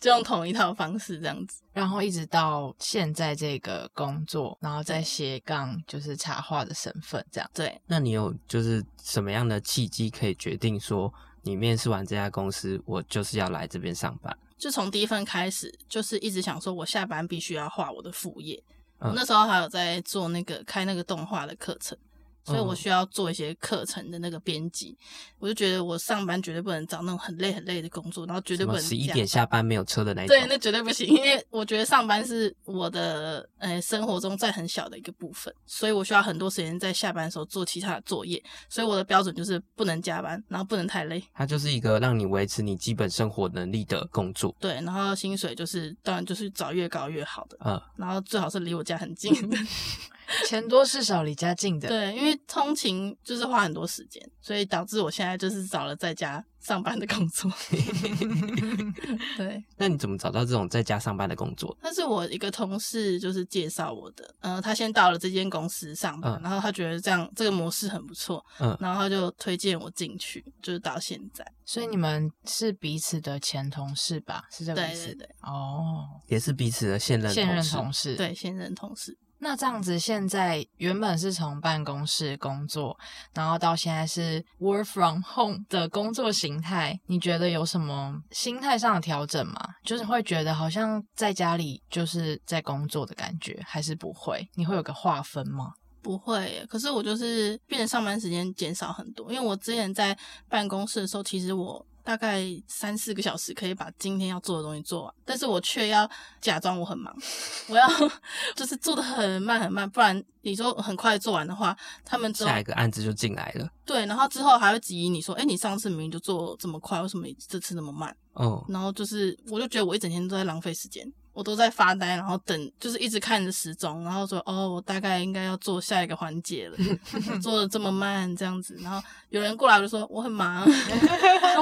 Speaker 4: 就用同一套方式这样子。
Speaker 1: 然后一直到现在这个工作，然后再斜杠就是插画的身份这样。
Speaker 4: 对，
Speaker 3: 那你有就是什么样的契机可以决定说你面试完这家公司，我就是要来这边上班？
Speaker 4: 就从第一份开始，就是一直想说，我下班必须要画我的副业。
Speaker 3: 嗯
Speaker 4: 我那时候还有在做那个开那个动画的课程，所以我
Speaker 3: 嗯
Speaker 4: 需要做一些课程的那个编辑。我就觉得我上班绝对不能找那种很累很累的工作，然后绝对
Speaker 3: 什
Speaker 4: 不
Speaker 3: 么
Speaker 4: 能
Speaker 3: 十一
Speaker 4: 这样
Speaker 3: 点下班没有车的那一种？
Speaker 4: 对，那绝对不行，因为我觉得上班是我的呃生活中在很小的一个部分，所以我需要很多时间在下班的时候做其他的作业，所以我的标准就是不能加班，然后不能太累，
Speaker 3: 它就是一个让你维持你基本生活能力的工作。
Speaker 4: 对，然后薪水就是当然就是找越高越好的，
Speaker 3: 嗯，
Speaker 4: 然后最好是离我家很近的，
Speaker 1: 钱多事少，离家近的。
Speaker 4: 对，因为通勤就是花很多时间，所以导致我现在就是找了在家上班的工 作， 对。
Speaker 3: 那你怎么找到这种在家上班的工作？
Speaker 4: 但是我一个同事就是介绍我的，呃，他先到了这间公司上班，
Speaker 3: 嗯
Speaker 4: 然后他觉得这样这个模式很不错，
Speaker 3: 嗯
Speaker 4: 然后他就推荐我进去，就是到现在，
Speaker 1: 所以你们是彼此的前同事吧？是这个意
Speaker 4: 对
Speaker 1: 思？
Speaker 4: 对对
Speaker 1: 哦，
Speaker 3: 也是彼此的现任
Speaker 1: 现任
Speaker 3: 同事。
Speaker 1: 同事。
Speaker 4: 对，现任同事，
Speaker 1: 那这样子，现在原本是从办公室工作，然后到现在是 work from home 的工作形态，你觉得有什么心态上的调整吗？就是会觉得好像在家里就是在工作的感觉，还是不会？你会有个划分吗？
Speaker 4: 不会耶，可是我就是变得上班时间减少很多，因为我之前在办公室的时候，其实我大概三四个小时可以把今天要做的东西做完，但是我却要假装我很忙，我要 就是做的很慢很慢，不然你说很快做完的话，他们之后
Speaker 3: 下一个案子就进来了。
Speaker 4: 对，然后之后还会质疑你说，哎，你上次明明就做这么快，为什么你这次那么慢？
Speaker 3: 哦，
Speaker 4: 然后就是，我就觉得我一整天都在浪费时间，我都在发呆，然后等，就是一直看着时钟，然后说，哦，我大概应该要做下一个环节了，做的这么慢这样子。然后有人过来，我就说我很忙，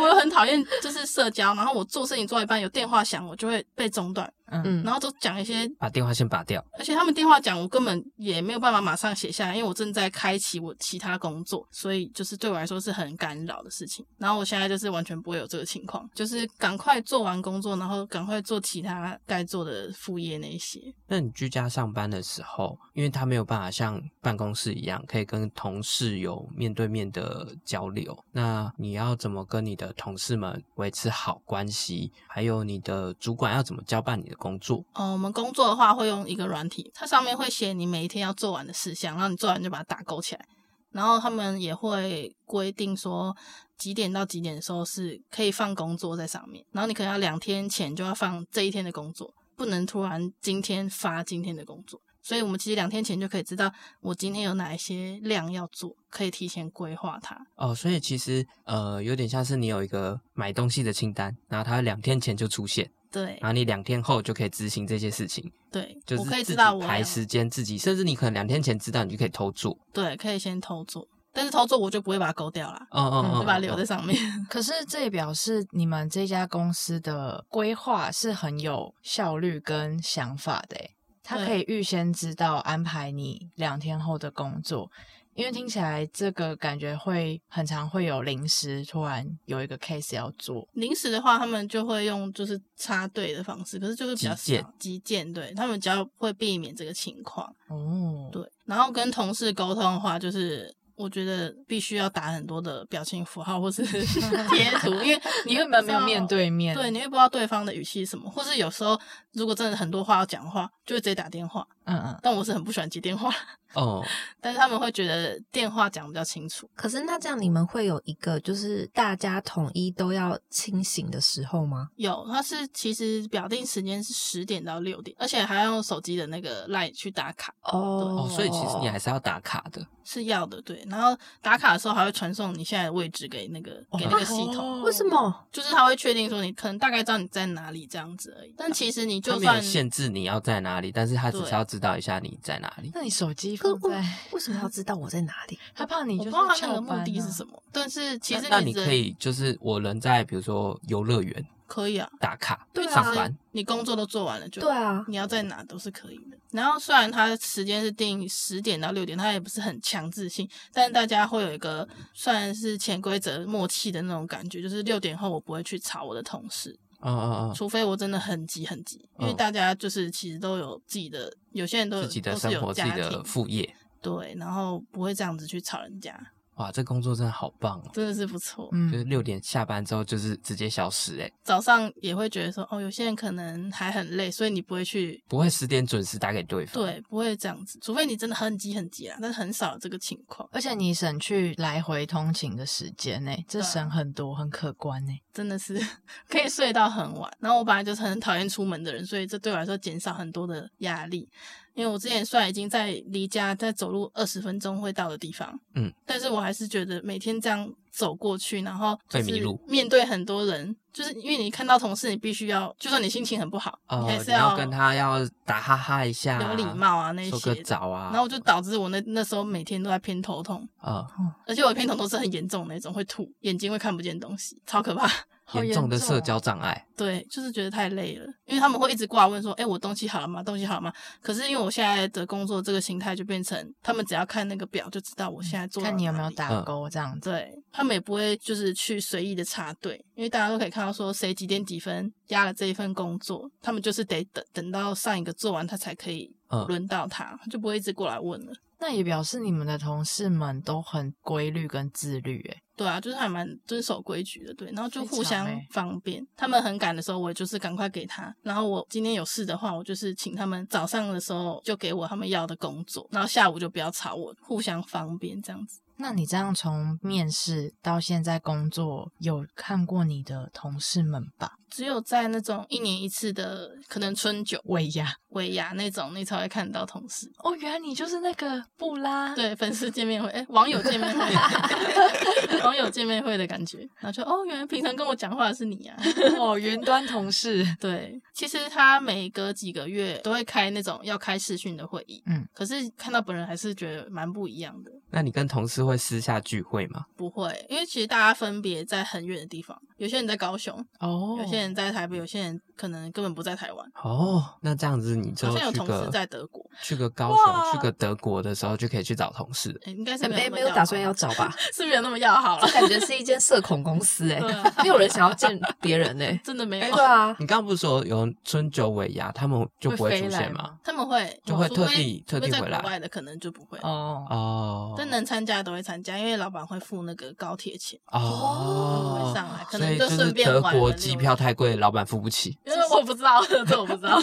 Speaker 4: 我又很讨厌就是社交，然后我做事情做到一半有电话响，我就会被中断，
Speaker 1: 嗯，
Speaker 2: 嗯，
Speaker 4: 然后都讲一些
Speaker 3: 把电话先拔掉。
Speaker 4: 而且他们电话讲，我根本也没有办法马上写下来，因为我正在开启我其他工作，所以就是对我来说是很干扰的事情。然后我现在就是完全不会有这个情况，就是赶快做完工作，然后赶快做其他该做的副业那一些。
Speaker 3: 那你居家上班的时候，因为他没有办法像办公室一样，可以跟同事有面对面的交流，那你要怎么跟你的同事们维持好关系？还有你的主管要怎么交办你的工作？
Speaker 4: 哦，我们工作的话会用一个软体，它上面会写你每一天要做完的事项，然后你做完就把它打勾起来。然后他们也会规定说几点到几点的时候是可以放工作在上面，然后你可能要两天前就要放这一天的工作，不能突然今天发今天的工作。所以我们其实两天前就可以知道我今天有哪一些量要做，可以提前规划它。
Speaker 3: 哦，所以其实呃，有点像是你有一个买东西的清单，然后它两天前就出现，
Speaker 4: 对
Speaker 3: 然后你两天后就可以执行这些事情，
Speaker 4: 对，
Speaker 3: 啊就是
Speaker 4: 我可以
Speaker 3: 自
Speaker 4: 知
Speaker 3: 己
Speaker 4: 道我
Speaker 3: 排
Speaker 4: 要
Speaker 3: 时间，自己甚至你可能两天前知道，你就可以偷做。
Speaker 4: 对，可以先偷做，但是偷做我就不会把它勾掉啦，
Speaker 3: 嗯嗯
Speaker 4: 我
Speaker 3: 嗯，
Speaker 4: 就把它
Speaker 3: 嗯
Speaker 4: 留
Speaker 3: 嗯
Speaker 4: 在上面。
Speaker 1: 可是这也表示你们这家公司的规划是很有效率跟想法的欸，它
Speaker 4: 对
Speaker 1: 可以预先知道安排你两天后的工作，因为听起来这个感觉会很常会有临时突然有一个 case 要做，
Speaker 4: 临时的话，他们就会用就是插队的方式，可是就是比较
Speaker 3: 急件
Speaker 4: 少急件，对他们比较会避免这个情况。
Speaker 1: 哦，
Speaker 4: 对，然后跟同事沟通的话，就是我觉得必须要打很多的表情符号或是 贴图，因为你
Speaker 1: 因为
Speaker 4: 会
Speaker 1: 你们
Speaker 4: 不
Speaker 1: 没有
Speaker 4: 知道
Speaker 1: 面。对面，
Speaker 4: 对，你会不知道对方的语气是什么，或是有时候如果真的很多话要讲的话，就会直接打电话。
Speaker 1: 嗯嗯，
Speaker 4: 但我是很不喜欢接电话，
Speaker 3: 哦，
Speaker 4: 但是他们会觉得电话讲比较清楚。
Speaker 2: 可是那这样你们会有一个就是大家统一都要清醒的时候吗？
Speaker 4: 有，它是其实表定时间是十点到六点，而且还要用手机的那个 line 去打卡，
Speaker 2: 哦
Speaker 3: 哦，所以其实你还是要打卡的。
Speaker 4: 是要的，对。然后打卡的时候还会传送你现在的位置给那个给那个系统，
Speaker 1: 哦
Speaker 2: 为什？么？
Speaker 4: 就是他会确定说你可能大概知道你在哪里这样子而已。但其实你
Speaker 3: 它
Speaker 4: 就
Speaker 3: 没有
Speaker 4: 算
Speaker 3: 限制你要在哪里，但是它只
Speaker 4: 对
Speaker 3: 是要知道一下你在哪里。
Speaker 1: 那你手机
Speaker 2: 可
Speaker 1: 放在，
Speaker 2: 为什么要知道我在哪里？
Speaker 1: 他怕你
Speaker 4: 我
Speaker 1: 就
Speaker 4: 不
Speaker 1: 是
Speaker 4: 知道他那
Speaker 1: 翘
Speaker 4: 个
Speaker 1: 班
Speaker 4: 目的
Speaker 1: 啊
Speaker 4: 是什么，但是其
Speaker 3: 那
Speaker 4: 实
Speaker 3: 那你
Speaker 4: 人
Speaker 3: 可以就是我人在比如说游乐园
Speaker 4: 可以啊，
Speaker 3: 打卡
Speaker 2: 对啊
Speaker 3: 上班，
Speaker 4: 你工作都做完了就
Speaker 2: 对啊，
Speaker 4: 你要在哪都是可以的。然后虽然它时间是定十点到六点，它也不是很强制性，但是大家会有一个算是潜规则默契的那种感觉，就是六点后我不会去吵我的同事，
Speaker 3: 嗯嗯
Speaker 4: 除非我真的很急很急，因为
Speaker 3: 嗯
Speaker 4: 大家就是其实都有自己的，有些人都
Speaker 3: 嗯，
Speaker 4: 有
Speaker 3: 自己的
Speaker 4: 都是
Speaker 3: 生
Speaker 4: 有
Speaker 3: 活、自己
Speaker 4: 家
Speaker 3: 的
Speaker 4: 庭，
Speaker 3: 副业，
Speaker 4: 对，然后不会这样子去吵人家，
Speaker 3: 哇，这工作真的好棒哦！
Speaker 4: 真的是不错。
Speaker 3: 就是
Speaker 1: 嗯，
Speaker 3: 六点下班之后就是直接消失、欸，
Speaker 4: 早上也会觉得说，哦，有些人可能还很累，所以你不会去
Speaker 3: 不会十点准时打给对方。，
Speaker 4: 对，不会这样子，除非你真的很急很急啊啦，但是很少有这个情况，
Speaker 1: 而且你省去来回通勤的时间呢，这
Speaker 4: 对啊
Speaker 1: 省很多，很可观呢。欸
Speaker 4: 真的是可以睡到很晚。然后我本来就是很讨厌出门的人，所以这对我来说减少很多的压力。因为我之前虽然已经在离家在走路二十分钟会到的地方，
Speaker 3: 嗯，
Speaker 4: 但是我还是觉得每天这样走过去，然后就
Speaker 3: 会
Speaker 4: 是
Speaker 3: 迷路
Speaker 4: 面对很多人，就是因为你看到同事，你必须要，就算你心情很不好，你
Speaker 3: 呃
Speaker 4: 还，是
Speaker 3: 你要跟他要打哈哈一下、
Speaker 4: 有礼貌啊那
Speaker 3: 说个
Speaker 4: 些的
Speaker 3: 早啊。
Speaker 4: 然后我就导致我那那时候每天都在偏头痛，
Speaker 3: 呃，
Speaker 4: 而且我的偏头痛是很严重的那种，会吐，眼睛会看不见东西，超可怕。
Speaker 1: 好
Speaker 3: 严重的
Speaker 1: 哦
Speaker 3: 社交障碍，
Speaker 4: 对，就是觉得太累了，因为他们会一直挂问说：“哎，我东西好了吗？东西好了吗？”可是因为我现在的工作这个形态，就变成他们只要看那个表就知道我现在做
Speaker 1: 嗯
Speaker 4: 到
Speaker 1: 看你有没
Speaker 4: 哪
Speaker 1: 有
Speaker 4: 里。
Speaker 1: 打
Speaker 3: 嗯
Speaker 1: 勾这样子。
Speaker 4: 对他们也不会就是去随意的插队，因为大家都可以看到说谁几点几分压了这一份工作，他们就是得等等到上一个做完，他才可以
Speaker 3: 嗯
Speaker 4: 轮到他，就不会一直过来问了。
Speaker 1: 那也表示你们的同事们都很规律跟自律、欸，
Speaker 4: 对啊，就是还蛮遵守规矩的，对，然后就
Speaker 1: 非
Speaker 4: 互
Speaker 1: 常
Speaker 4: 相
Speaker 1: 欸
Speaker 4: 方便。他们很赶的时候，我就是赶快给他；然后我今天有事的话，我就是请他们早上的时候就给我他们要的工作，然后下午就不要吵我，互相方便这样子。
Speaker 1: 那你这样从面试到现在工作，有看过你的同事们吧？
Speaker 4: 只有在那种一年一次的可能春酒、
Speaker 1: 尾牙
Speaker 4: 尾牙那种，你才会看到同事。
Speaker 1: 哦，原来你就是那个布拉，，
Speaker 4: 对粉丝见面会，哎、网友见面会， 网友见面会的感觉，然后就哦，原来平常跟我讲话的是你呀、啊。
Speaker 1: 哦，云端同事，
Speaker 4: 对，其实他每隔几个月都会开那种要开视讯的会议，
Speaker 1: 嗯，
Speaker 4: 可是看到本人还是觉得蛮不一样的。
Speaker 3: 那你跟同事会私下聚会吗？
Speaker 4: 不会，因为其实大家分别在很远的地方，有些人在高雄，
Speaker 1: 哦，
Speaker 4: 有些人在台北，有些人可能根本不在台湾。
Speaker 3: 哦，那这样子你就
Speaker 4: 好像有
Speaker 3: 去
Speaker 4: 同事
Speaker 3: 个
Speaker 4: 在德国，
Speaker 3: 去个高
Speaker 1: 哇
Speaker 3: 雄，去个德国的时候就可以去找同事了。
Speaker 4: 诶应该是
Speaker 2: 哎没
Speaker 4: 那么
Speaker 2: 没有
Speaker 4: 要
Speaker 2: 打算
Speaker 4: 好
Speaker 2: 要找吧？
Speaker 4: 是没有那么要好 了
Speaker 2: 我，感觉是一间社恐公司 哎、
Speaker 4: 对啊
Speaker 2: 没有人想要见别人哎、
Speaker 4: 真的没有。
Speaker 2: 对啊，
Speaker 3: 你刚刚不是说有春酒尾牙，他们就不会出现吗？？
Speaker 4: 他们会
Speaker 3: 就会
Speaker 4: 除
Speaker 3: 特
Speaker 4: 非
Speaker 3: 地
Speaker 4: 除非
Speaker 3: 特地
Speaker 4: 在
Speaker 3: 回来
Speaker 4: 国外的可能就不会，
Speaker 1: 哦，
Speaker 3: 哦，
Speaker 4: 但能参加的都会参加，因为老板会付那个高铁钱。
Speaker 3: 哦，
Speaker 4: 上来可
Speaker 3: 所
Speaker 4: 能
Speaker 3: 以
Speaker 4: 就
Speaker 3: 就是
Speaker 4: 顺便
Speaker 3: 德
Speaker 4: 玩
Speaker 3: 国
Speaker 4: 了
Speaker 3: 机
Speaker 4: 六
Speaker 3: 票
Speaker 4: 日
Speaker 3: 太贵，老板付不起。
Speaker 4: 因为我不知道， 这我不知道。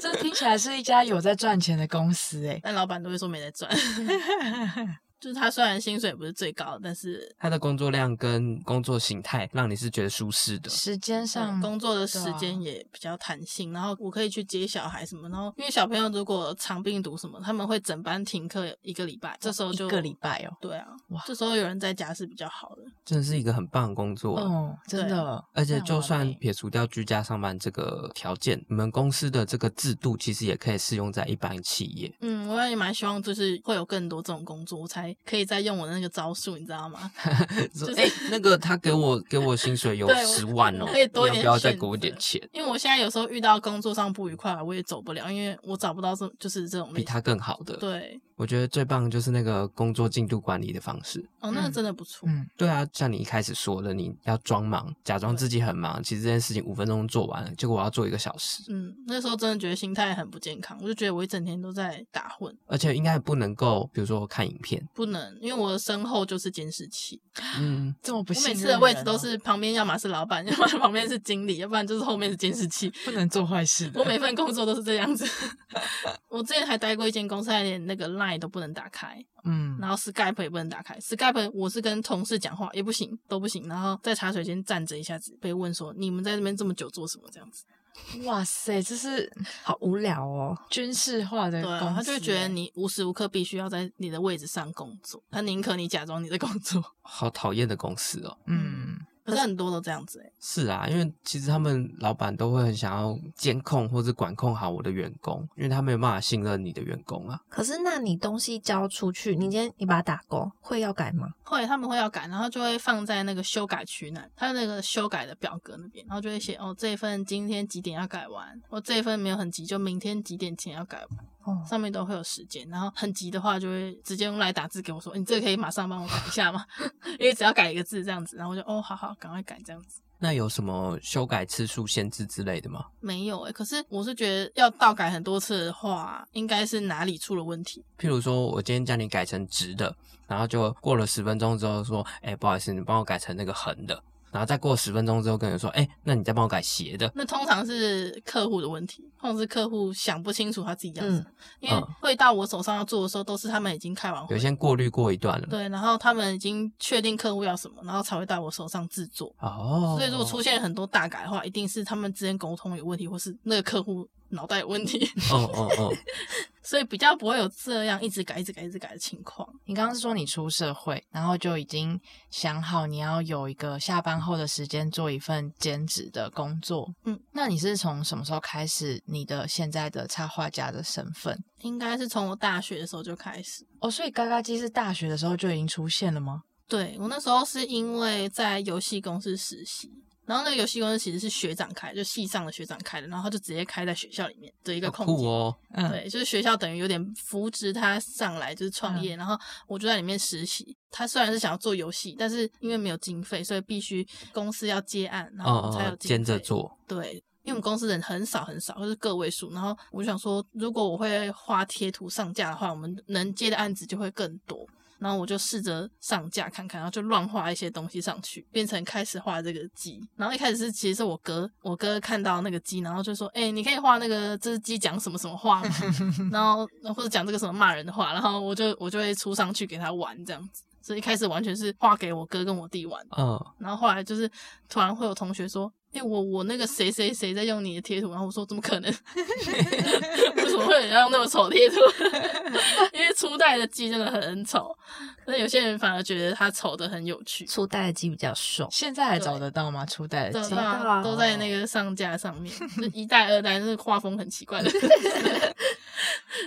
Speaker 1: 这听起来是一家有在赚钱的公司、欸，
Speaker 4: 但老板都会说没在赚。就是他虽然薪水不是最高，但是
Speaker 3: 他的工作量跟工作形态让你是觉得舒适的。
Speaker 1: 时间上
Speaker 4: 啊嗯呃工作的时
Speaker 1: 对啊
Speaker 4: 间也比较弹性，然后我可以去接小孩什么，然后因为小朋友如果长病毒什么，他们会整班停课一个礼拜，这时候就
Speaker 1: 一个礼拜哦，
Speaker 4: 对啊
Speaker 1: 哇，
Speaker 4: 这时候有人在家是比较好的。
Speaker 3: 真的是一个很棒的工作。
Speaker 1: 哦，真
Speaker 4: 啊
Speaker 1: 的，
Speaker 3: 而且，
Speaker 1: 那
Speaker 3: 就
Speaker 1: 完
Speaker 3: 算
Speaker 1: 美
Speaker 3: 撇除掉居家上班这个条件，你们公司的这个制度其实也可以适用在一般企业。
Speaker 4: 嗯，我也蛮希望就是会有更多这种工作，我才可以再用我那个招数，你知道吗？
Speaker 3: 说
Speaker 4: 就是
Speaker 3: 哎、那个他给我给我薪水有
Speaker 4: 对我
Speaker 3: 十万哦，
Speaker 4: 我可以
Speaker 3: 你
Speaker 4: 多一
Speaker 3: 要不
Speaker 4: 点
Speaker 3: 要再
Speaker 4: 选
Speaker 3: 给我点
Speaker 4: 择
Speaker 3: 钱？
Speaker 4: 因为我现在有时候遇到工作上不愉快，啊我也走不了，因为我找不到这就是这种类
Speaker 3: 比
Speaker 4: 型
Speaker 3: 他更好的，
Speaker 4: 对
Speaker 3: 我觉得最棒就是那个工作进度管理的方式。
Speaker 4: 哦，那个
Speaker 1: 嗯
Speaker 4: 真的不错。
Speaker 1: 嗯，
Speaker 3: 对啊，像你一开始说的，你要装忙，假装自己很忙，其实这件事情五分钟做完了，结果我要做一个小时，
Speaker 4: 嗯，那时候真的觉得心态很不健康，我就觉得我一整天都在打混，
Speaker 3: 而且应该不能够，比如说看影片，
Speaker 4: 不能，因为我的身后就是监视器，
Speaker 3: 嗯，
Speaker 1: 这么不
Speaker 4: 我
Speaker 1: 信
Speaker 4: 每次
Speaker 1: 任
Speaker 4: 的位置
Speaker 1: 人
Speaker 4: 都
Speaker 1: 哦
Speaker 4: 是旁边要么是老板，要 么旁边是经理，要不然就是后面是监视器。
Speaker 1: 不能做坏事
Speaker 4: 我
Speaker 1: 的，
Speaker 4: 每份工作都是这样子。 我之前还待过一间公司，还连那个 Line 都不能打开，
Speaker 1: 嗯，
Speaker 4: 然后 Skype 也不能打开。Skype 我是跟同事讲话也不行，都不行。然后在茶水间站着一下子，被问说你们在这边这么久做什么？这样子，
Speaker 1: 哇塞，这是
Speaker 2: 好无聊哦。
Speaker 1: 军事化的
Speaker 4: 对、
Speaker 1: 公司，欸
Speaker 4: 啊，他就会觉得你无时无刻必须要在你的位置上工作，他宁可你假装你在工作。
Speaker 3: 好讨厌的公司哦。
Speaker 1: 嗯，
Speaker 4: 可是很多都这样子、欸，
Speaker 3: 是啊，因为其实他们老板都会很想要监控或者管控好我的员工，因为他没有办法信任你的员工啊。
Speaker 2: 可是，那你东西交出去，你今天你把它打勾，会要改吗？
Speaker 4: 后来他们会要改，然后就会放在那个修改区那，他那个修改的表格那边，然后就会写哦，这一份今天几点要改完，我这一份没有很急，就明天几点前要改完，
Speaker 2: 哦，
Speaker 4: 上面都会有时间。然后很急的话，就会直接用来打字给我说，你这个可以马上帮我改一下吗？ 因为只要改一个字这样子，然后我就哦，好好，赶快改这样子。
Speaker 3: 那有什么修改次数限制之类的吗？
Speaker 4: 没有诶、欸可是我是觉得要倒改很多次的话，应该是哪里出了问题。
Speaker 3: 譬如说我今天叫你改成直的，然后就过了十分钟之后说，哎、不好意思，你帮我改成那个横的。然后再过十分钟之后跟你说，哎、那你再帮我改斜的。
Speaker 4: 那通常是客户的问题，通常是客户想不清楚他自己要什么，因为
Speaker 3: 嗯
Speaker 4: 会到我手上要做的时候，都是他们已经开完
Speaker 3: 有
Speaker 4: 会，
Speaker 3: 先过滤过一段了。
Speaker 4: 对，然后他们已经确定客户要什么，然后才会到我手上制作。
Speaker 3: 哦，
Speaker 4: 所以如果出现很多大改的话，一定是他们之间沟通有问题，或是那个客户脑袋有 问题，
Speaker 3: 哦哦哦，
Speaker 4: 所以比较不会有这样一直改、一直改、一直改的情况。
Speaker 1: 你刚刚是说你出社会，然后就已经想好你要有一个下班后的时间做一份兼职的工作。
Speaker 4: 嗯，
Speaker 1: 那你是从什么时候开始你的现在的插画家的身份？
Speaker 4: 应该是从我大学的时候就开始。
Speaker 1: 哦，所以嘎嘎鸡是大学的时候就已经出现了吗？
Speaker 4: 对我那时候是因为在游戏公司实习，然后那个游戏公司其实是学长开，就系上的学长开的，然后他就直接开在学校里面 的一个
Speaker 3: 好
Speaker 4: 空
Speaker 3: 酷
Speaker 4: 间。
Speaker 3: 哦！
Speaker 1: 嗯，
Speaker 4: 对，就是学校等于有点扶植他上来，就是创业，然后我就在里面实习。他虽然是想要做游戏，但是因为没有经费，所以必须公司要接案，然后
Speaker 3: 哦
Speaker 4: 我才有
Speaker 3: 哦，
Speaker 4: 经
Speaker 3: 兼着
Speaker 4: 费。
Speaker 3: 做，
Speaker 4: 对，因为我们公司人很少很少，就是个位数。然后我就想说，如果我会画贴图上架的话，我们能接的案子就会更多。然后我就试着上架看看，然后就乱画一些东西上去，变成开始画这个鸡。然后一开始是其实是我哥，我哥看到那个鸡，然后就说：“哎、你可以画那个这只鸡讲什么什么话吗？”然后或者讲这个什么骂人的话，然后我就我就会出上去给他玩这样子。所以一开始完全是画给我哥跟我弟玩。
Speaker 3: 嗯，
Speaker 4: 然后后来就是突然会有同学说：“哎、我我那个谁谁谁在用你的贴图。”然后我说：“怎么可能？ 为什么会有人要用那么丑的贴图？因为初代的鸡真的很丑，但有些人反而觉得它丑的很有趣。
Speaker 2: 初代的鸡比较瘦，
Speaker 1: 现在还找得到吗？初代的
Speaker 4: 对
Speaker 1: 鸡
Speaker 2: 找得到
Speaker 4: 吧？
Speaker 2: 啊
Speaker 4: 都在那个上架 上面，就一代、二代，那个画风很奇怪的。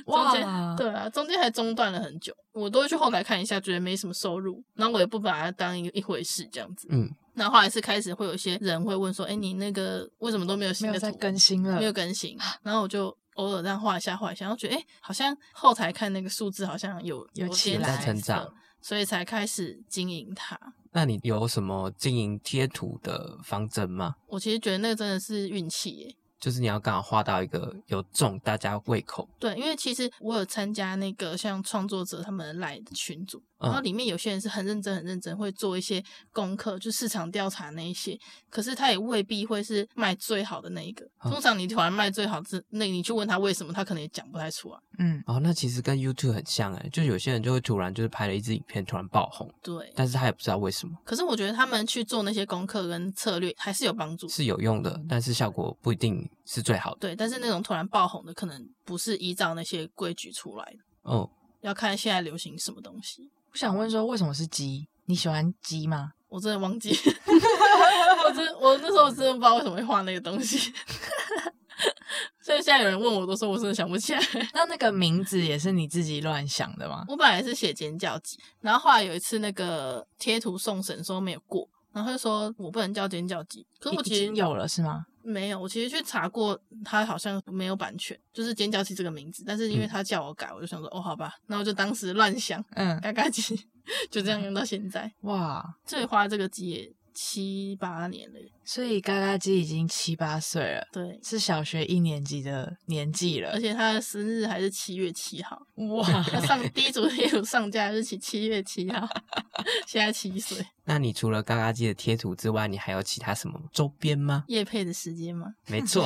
Speaker 4: 中间
Speaker 1: 哇，
Speaker 4: 对啊，中间还中断了很久，我都会去后台看一下，觉得没什么收入，然后我也不把它当一一回事这样子。
Speaker 3: 嗯，
Speaker 4: 然后后来是开始会有一些人会问说，哎，你那个为什么都没有新
Speaker 1: 没有
Speaker 4: 的
Speaker 1: 再
Speaker 4: 图
Speaker 1: 更新了
Speaker 4: 没。有 更新？然后我就偶尔这样画一下画一下，然后觉得哎，诶好像后台看那个数字好像有
Speaker 1: 有起
Speaker 4: 些
Speaker 1: 来
Speaker 4: 起色
Speaker 3: 成长，
Speaker 4: 所以才开始经营它。
Speaker 3: 那你有什么经营贴图的方针吗？
Speaker 4: 我其实觉得那个真的是运气耶。
Speaker 3: 就是你要刚好画到一个有中大家胃口，
Speaker 4: 对，因为其实我有参加那个像创作者他们来的群组，
Speaker 3: 嗯
Speaker 4: 然后里面有些人是很认真、很认真，会做一些功课，就市场调查那一些。可是他也未必会是卖最好的那一个。
Speaker 3: 嗯
Speaker 4: 通常你突然卖最好之，那你去问他为什么，他可能也讲不太出来。
Speaker 1: 嗯，
Speaker 3: 哦，那其实跟 YouTube 很像哎，就有些人就会突然就是拍了一支影片突然爆红，
Speaker 4: 对，
Speaker 3: 但是他也不知道为什么
Speaker 4: 可是我觉得他们去做那些功课跟策略还是有帮助。
Speaker 3: 是有用的，但是效果不一定是最好的。
Speaker 4: 对，但是那种突然爆红的，可能不是依照那些规矩出来的，
Speaker 3: 哦，
Speaker 4: 要看现在流行什么东西。
Speaker 1: 我想问说，为什么是鸡？你喜欢鸡吗？
Speaker 4: 我真的忘记， 我真我那时候真的不知道为什么会画那个东西， 所以现在有人问我，我都说我真的想不起来。
Speaker 1: 那那个名字也是你自己乱想的吗？
Speaker 4: 我本来是写尖叫鸡，然后后来有一次那个贴图送审说没有过，然后他就说我不能叫尖叫鸡，可是我
Speaker 1: 已
Speaker 4: 其
Speaker 1: 经
Speaker 4: 实
Speaker 1: 有了是吗？
Speaker 4: 没有，我其实去查过，他好像没有版权，就是尖叫鸡这个名字，但是因为
Speaker 3: 嗯
Speaker 4: 他叫我改，我就想说哦好吧，那我就当时乱想，
Speaker 1: 嗯，
Speaker 4: 嘎嘎鸡 就这样用到现在，
Speaker 1: 哇，
Speaker 4: 这花这个鸡也七八年了耶，
Speaker 1: 所以嘎嘎鸡已经七八岁了，
Speaker 4: 对。
Speaker 1: 是小学一年级的年纪了
Speaker 4: 而。且他的生日还是七月七号，
Speaker 1: 哇，
Speaker 4: 他上第一组贴图上架日期七月七号， 现在七岁，
Speaker 3: 那你除了嘎嘎鸡的贴图之外，你还有其他什么周边吗？
Speaker 4: 夜配的时间吗？
Speaker 3: 没错，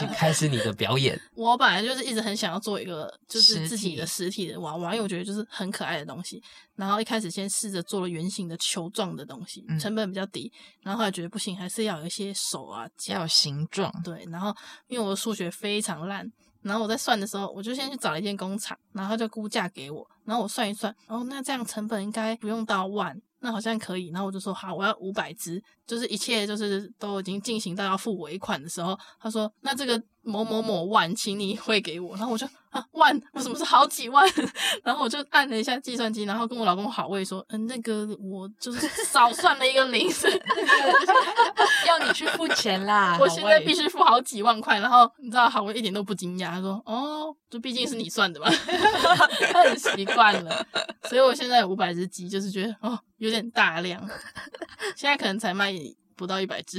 Speaker 3: 请开始你的表演。
Speaker 4: 我本来就是一直很想要做一个就是自己的
Speaker 1: 实
Speaker 4: 实体的娃娃，因为我觉得就是很可爱的东西。然后一开始先试着做了圆形的球状的东西
Speaker 1: 嗯，
Speaker 4: 成本比较低。然后后来觉得不行，还是要有一些手啊
Speaker 1: 要
Speaker 4: 脚。
Speaker 1: 有形状，
Speaker 4: 对，然后因为我的数学非常烂，然后我在算的时候，我就先去找了一间工厂，然后他就估价给我，然后我算一算，哦，那这样成本应该不用到万。那好像可以，然后我就说好，我要五百只，就是一切就是都已经进行到要付尾款的时候，他说那这个某某某万，请你汇给我，然后我就啊万，我什么是好几万？ 然后我就按了一下计算机，然后跟我老公好位说，嗯，那个我就是少算了一个零， 所以
Speaker 1: 要你去付钱啦
Speaker 4: 我现在必须付好几万块，然后你知道，好，我一点都不惊讶。他说：“哦，这毕竟是你算的嘛，他很习惯了。”所以我现在五百只鸡，就是觉得哦，有点大量， 现在可能才卖不到一百只。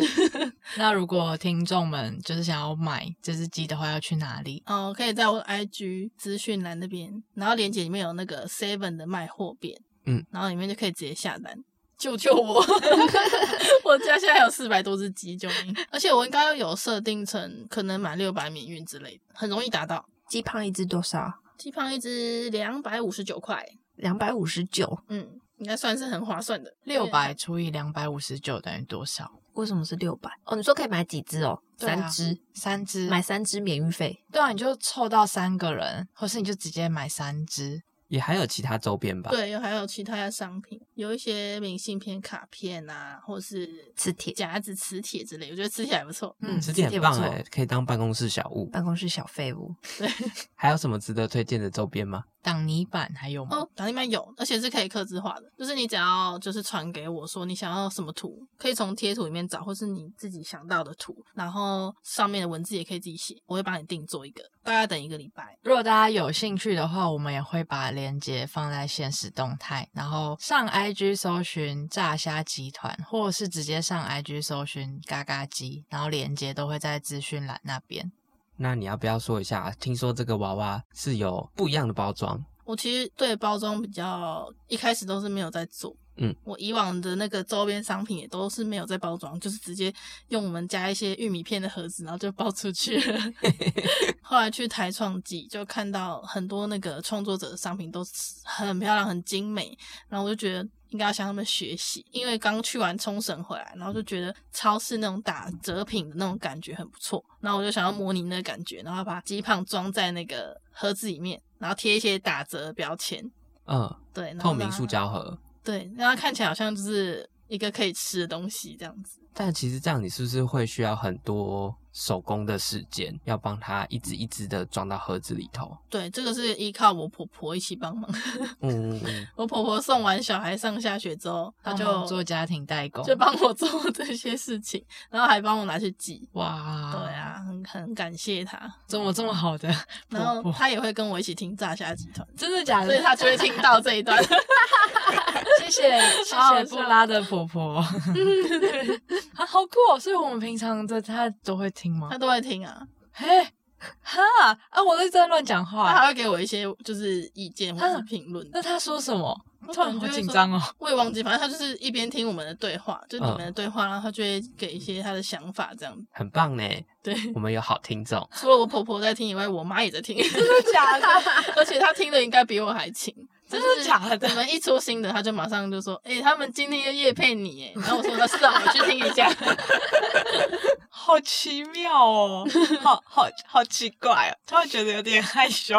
Speaker 1: 那如果听众们就是想要买这只鸡的话，要去哪里？
Speaker 4: 哦，可以在我的 IG 资讯栏那边，然后链接里面有那个 Seven 的卖货店，
Speaker 3: 嗯，
Speaker 4: 然后里面就可以直接下单。救救我！ 我家现在有四百多只鸡，救命！而且我应该有设定成可能满六百免运之类的，很容易达到。
Speaker 2: 鸡胖一只多少？
Speaker 4: 鸡胖一只两百五十九块，
Speaker 2: 两百五十九。
Speaker 4: 嗯，应该算是很划算的，
Speaker 1: 六百除以两百五十九等于多少？
Speaker 2: 为什么是六百？哦，你说可以买几只哦？
Speaker 1: 对啊
Speaker 2: 三只，
Speaker 1: 三只，
Speaker 2: 买三只免运费。
Speaker 1: 对啊，你就凑到三个人，或是你就直接买三只。
Speaker 3: 也还有其他周边吧？，
Speaker 4: 对，有还有其他的商品，有一些明信片、卡片啊，或是
Speaker 2: 磁铁
Speaker 4: 夹子、磁铁之类，我觉得磁铁还不错。
Speaker 1: 嗯
Speaker 3: 实体
Speaker 2: 磁铁
Speaker 3: 很
Speaker 2: 不
Speaker 3: 棒
Speaker 2: 错
Speaker 3: 哎，可以当办公室小物。
Speaker 2: 办公室小废物，
Speaker 3: 还有什么值得推荐的周边吗？
Speaker 1: 挡泥板还有吗？
Speaker 4: 哦，打里面有，而且是可以刻字化的，就是你只要就是传给我说你想要什么图，可以从贴图里面找，或是你自己想到的图，然后上面的文字也可以自己写，我会帮你定做一个，大概等一个礼拜。
Speaker 1: 如果大家有兴趣的话，我们也会把链接放在现实动态，然后上 IG 搜寻“炸虾集团”，或是直接上 IG 搜寻“嘎嘎鸡”，然后链接都会在资讯栏那边。
Speaker 3: 那你要不要说一下？听说这个娃娃是有不一样的包装，
Speaker 4: 我其实对包装比较一开始都是没有在做，
Speaker 3: 嗯，
Speaker 4: 我以往的那个周边商品也都是没有在包装，就是直接用我们家一些玉米片的盒子，然后就包出去了。后来去台创季就看到很多那个创作者的商品都很漂亮、很精美，然后我就觉得。应该要向他们学习，因为刚去完冲绳回来，然后就觉得超市那种打折品的那种感觉很不错，然后我就想要模拟那个感觉，然后把鸡胖装在那个盒子里面，然后贴一些打折标签，
Speaker 3: 嗯，
Speaker 4: 对，然后
Speaker 3: 透
Speaker 4: 让
Speaker 3: 明
Speaker 4: 它
Speaker 3: 塑，胶盒。
Speaker 4: 对，让它看起来好像就是一个可以吃的东西这样子。
Speaker 3: 但其实这样，你是不是会需要很多手工的时间，要帮它一只一只的装到盒子里头？
Speaker 4: 对，这个是依靠我婆婆一起帮忙。
Speaker 3: 嗯嗯嗯，
Speaker 4: 我婆婆送完小孩上下学之后，她
Speaker 1: 帮
Speaker 4: 就
Speaker 1: 忙做家庭代工，
Speaker 4: 就帮我 做这些事情，然后还帮我拿去寄。
Speaker 1: 哇，
Speaker 4: 对，啊，很很感谢她。
Speaker 1: 怎么这么好的
Speaker 4: 然
Speaker 1: 婆
Speaker 4: 后
Speaker 1: 婆？
Speaker 4: 她也会跟我一起听炸虾集团，
Speaker 1: 真的假的？
Speaker 4: 所以她就会听到这一段。
Speaker 1: 谢谢谢
Speaker 4: 好好
Speaker 1: 谢
Speaker 4: 笑
Speaker 1: 布拉的婆 婆，啊，好酷哦！所以我们平常在她都会听吗
Speaker 4: 她？都会听啊，
Speaker 1: 嘿，哈啊！我都在乱讲
Speaker 4: 他
Speaker 1: 话。
Speaker 4: 还会给我一些就是意见或是评论。
Speaker 1: 那他说什么？啊
Speaker 4: 我
Speaker 1: 突
Speaker 4: 可
Speaker 1: 然
Speaker 4: 能
Speaker 1: 好
Speaker 4: 就会
Speaker 1: 紧
Speaker 4: 说
Speaker 1: 张哦。
Speaker 4: 我也忘记，反正他就是一边听我们的对话，就你
Speaker 3: 嗯
Speaker 4: 们的对话，然后他就会给一些他的想法，这样
Speaker 3: 很棒呢，
Speaker 4: 对。
Speaker 3: 我们有好听众。
Speaker 4: 除了我婆婆在听以外，我妈也在听，
Speaker 1: 假的？
Speaker 4: 而且她听的应该比我还勤。
Speaker 1: 真的假的
Speaker 4: 你们一出新的，她就马上就说：“哎、他们今天要夜配你。”哎，然后我说：“那是啊，我去听一下。
Speaker 1: 好奇妙哦，好好好奇怪哦，突然觉得有点害羞。”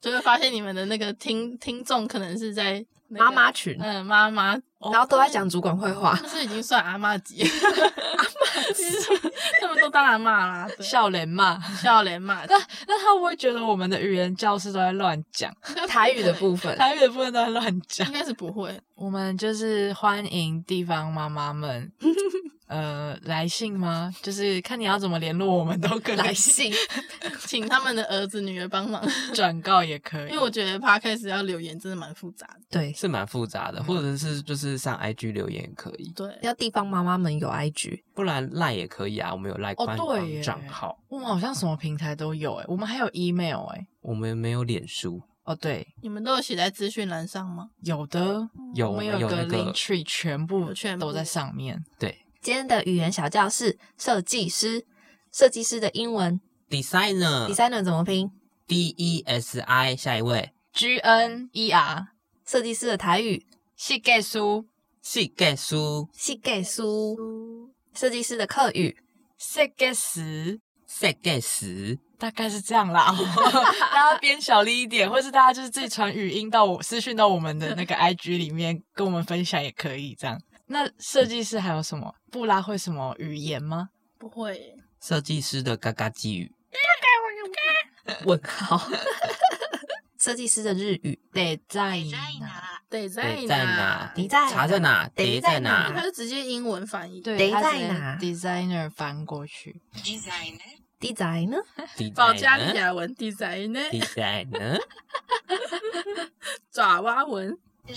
Speaker 4: 就会发现你们的那个听听众可能是在那个
Speaker 2: 妈妈群，
Speaker 1: 呃
Speaker 4: 嗯，妈妈，
Speaker 3: 哦
Speaker 2: 然后都在讲主管坏话，
Speaker 4: 就是已经算阿妈级，阿妈级， 他们都当阿妈啦，对
Speaker 1: 笑脸嘛，
Speaker 4: 笑脸嘛，
Speaker 1: 那他会不会觉得我们的语言教室都在乱讲，
Speaker 2: 台语的部分，
Speaker 1: 台语的部分都在乱讲
Speaker 4: 应？该是不会。
Speaker 1: 我们就是欢迎地方妈妈 们，呃，来信吗？就是看你要怎么联络我们都可以，
Speaker 2: 来信，
Speaker 4: 请他们的儿子女儿帮忙，
Speaker 1: 转告也可以。
Speaker 4: 因为我觉得 podcast 要留言真的蛮复杂的。
Speaker 2: 对，
Speaker 3: 是蛮复杂
Speaker 1: 嗯
Speaker 3: 的，或者是就是上 IG 留言也可以，
Speaker 4: 对，
Speaker 2: 要地方妈妈们有 IG，
Speaker 3: 不然赖也可以啊。我们有赖
Speaker 1: 哦
Speaker 3: 官
Speaker 1: 对
Speaker 3: 方
Speaker 1: 耶
Speaker 3: 账号，
Speaker 1: 我们好像什么平台都有诶、欸我们还有 email 诶、
Speaker 3: 我们没有脸书，
Speaker 1: 哦对，
Speaker 4: 你们都有写在资讯栏上吗？
Speaker 1: 有的，
Speaker 3: 有
Speaker 1: 我们
Speaker 3: 有
Speaker 1: 个
Speaker 3: 那
Speaker 1: link
Speaker 3: 个
Speaker 1: tree，全部
Speaker 4: 全部
Speaker 1: 都在上面。
Speaker 2: 今天的语言小教室，设计师，设计师的英文
Speaker 3: designer
Speaker 2: designer 怎么拼？
Speaker 3: D E S I，下一位
Speaker 1: G N E R
Speaker 2: 设计师的台语
Speaker 1: 是给书，
Speaker 3: 是盖书
Speaker 2: 是给苏，设计师的客语
Speaker 1: 是给十，
Speaker 3: 设计师，
Speaker 1: 大概是这样啦。 大家编小力一点，或是大家就是自己传语音到我私讯到我们的 那个 I G 里面，跟我们分享也可以这样。那设计师还有什么？布拉会什么语言吗？
Speaker 4: 不会耶，
Speaker 3: 设计师的嘎嘎 寄语，
Speaker 2: 问号，设计师的日语
Speaker 1: 得在
Speaker 4: 得在
Speaker 3: 得在哪？
Speaker 2: 你在
Speaker 3: 查在哪？
Speaker 2: 得
Speaker 3: 得
Speaker 2: 在
Speaker 3: 在
Speaker 2: 哪
Speaker 4: 他
Speaker 3: 哪？
Speaker 4: 就直接英文翻译，
Speaker 1: 对，
Speaker 2: 得
Speaker 1: 它
Speaker 2: 在
Speaker 1: 直接
Speaker 2: 哪
Speaker 1: ？designer 翻过去，
Speaker 2: designer
Speaker 4: 保加利
Speaker 3: 啊
Speaker 4: 亚文、地在呢、
Speaker 3: designer，
Speaker 4: 爪哇文、地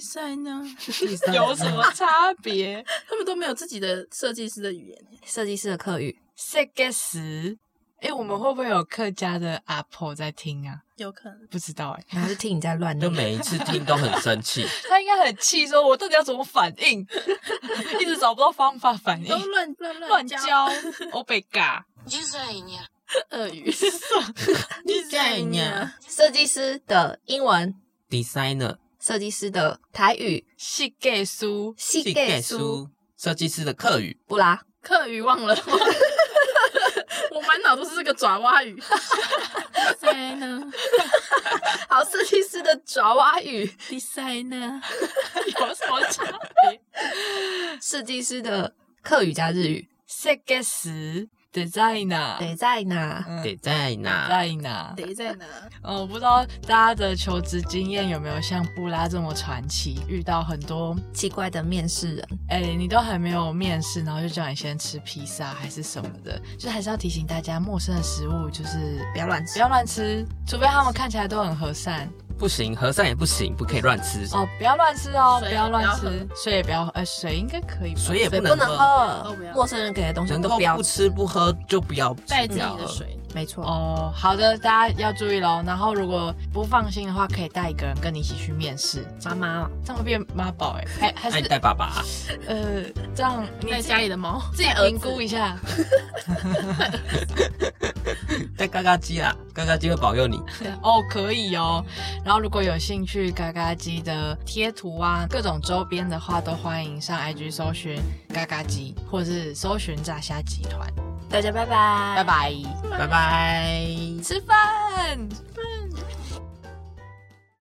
Speaker 4: 塞 呢，
Speaker 1: 有什么差别？
Speaker 4: 他们都没有自己的设计师的语言。
Speaker 2: 设计师的客语
Speaker 1: 设计师，哎，我们会不会有客家的阿婆在听啊？
Speaker 4: 有可能，
Speaker 1: 不知道哎、
Speaker 2: 然后就听你在乱
Speaker 3: 就
Speaker 2: 念，
Speaker 3: 每一次听都很生气。
Speaker 1: 他应该很气，说我到底要怎么反应， 一直找不到方法反
Speaker 4: 你
Speaker 1: 应
Speaker 4: 都，乱乱
Speaker 1: 乱
Speaker 4: 教
Speaker 1: 教，我被嘎。
Speaker 4: 俄
Speaker 3: 地
Speaker 4: 语，地
Speaker 3: 塞
Speaker 4: 塞
Speaker 3: 呢
Speaker 4: 呢，
Speaker 2: 设计师的英文，
Speaker 3: designer
Speaker 2: 设计师的台语
Speaker 1: 是给书，
Speaker 2: 是
Speaker 3: 是
Speaker 2: 给
Speaker 3: 盖
Speaker 2: 苏
Speaker 3: 书，设计师的客语
Speaker 2: 布拉。
Speaker 4: 客语忘了， 我满脑都是这个爪哇语。地塞呢，
Speaker 2: 好，设计师的爪哇语，
Speaker 4: 地塞呢，
Speaker 1: 有什么差？
Speaker 2: 设计师的客语加日语，
Speaker 1: 设计师 designer
Speaker 2: 得在哪？
Speaker 1: 嗯
Speaker 3: 得在哪？
Speaker 1: designer，
Speaker 4: 得在哪？
Speaker 1: 哦，我不知道大家的求职经验有没有像布拉这么传奇，遇到很多。
Speaker 2: 奇怪的面试人，
Speaker 1: 哎、你都还没有面试，然后就叫你先吃披萨还是什么的，就还是要提醒大家，陌生的食物就是
Speaker 2: 不要乱
Speaker 1: 不
Speaker 2: 吃。
Speaker 1: 要乱吃，除非他们看起来都很和善。
Speaker 3: 不行，和尚也不行，不可以乱吃。
Speaker 1: 哦，不要乱吃哦，
Speaker 4: 水啊
Speaker 1: 不要乱
Speaker 4: 不要
Speaker 1: 吃，水也不要喝，呃，水应该可以吧？
Speaker 3: 水也
Speaker 2: 水
Speaker 3: 不
Speaker 2: 不
Speaker 3: 能
Speaker 2: 能
Speaker 3: 喝，
Speaker 2: 喝
Speaker 4: 哦都不，要
Speaker 2: 陌生人给的东西
Speaker 3: 能
Speaker 2: 都
Speaker 3: 够
Speaker 2: 不要
Speaker 3: 不吃不喝就不要
Speaker 4: 带
Speaker 3: 不
Speaker 4: 自己
Speaker 3: 要
Speaker 4: 的
Speaker 3: 喝
Speaker 4: 水，
Speaker 2: 没错，
Speaker 1: 哦，好的，大家要注意喽。然后如果不放心的话，可以带一个人跟你一起去面试，
Speaker 2: 妈妈哦，
Speaker 1: 这样会变妈宝 哎，还还
Speaker 3: 那你
Speaker 1: 是
Speaker 3: 带爸爸啊，
Speaker 1: 呃，这样你
Speaker 4: 带家里的猫，
Speaker 1: 自己
Speaker 4: 儿
Speaker 1: 评
Speaker 4: 子
Speaker 1: 估一 下。
Speaker 3: 带嘎嘎鸡啊，嘎嘎鸡会保佑你。
Speaker 1: 哦，可以哦。然后如果有兴趣嘎嘎鸡的贴图啊，各种周边的话，都欢迎上 IG 搜寻嘎嘎鸡，或者是搜寻炸虾集团。
Speaker 2: 大家拜拜，
Speaker 1: 拜拜，
Speaker 3: 拜拜。
Speaker 1: 吃饭。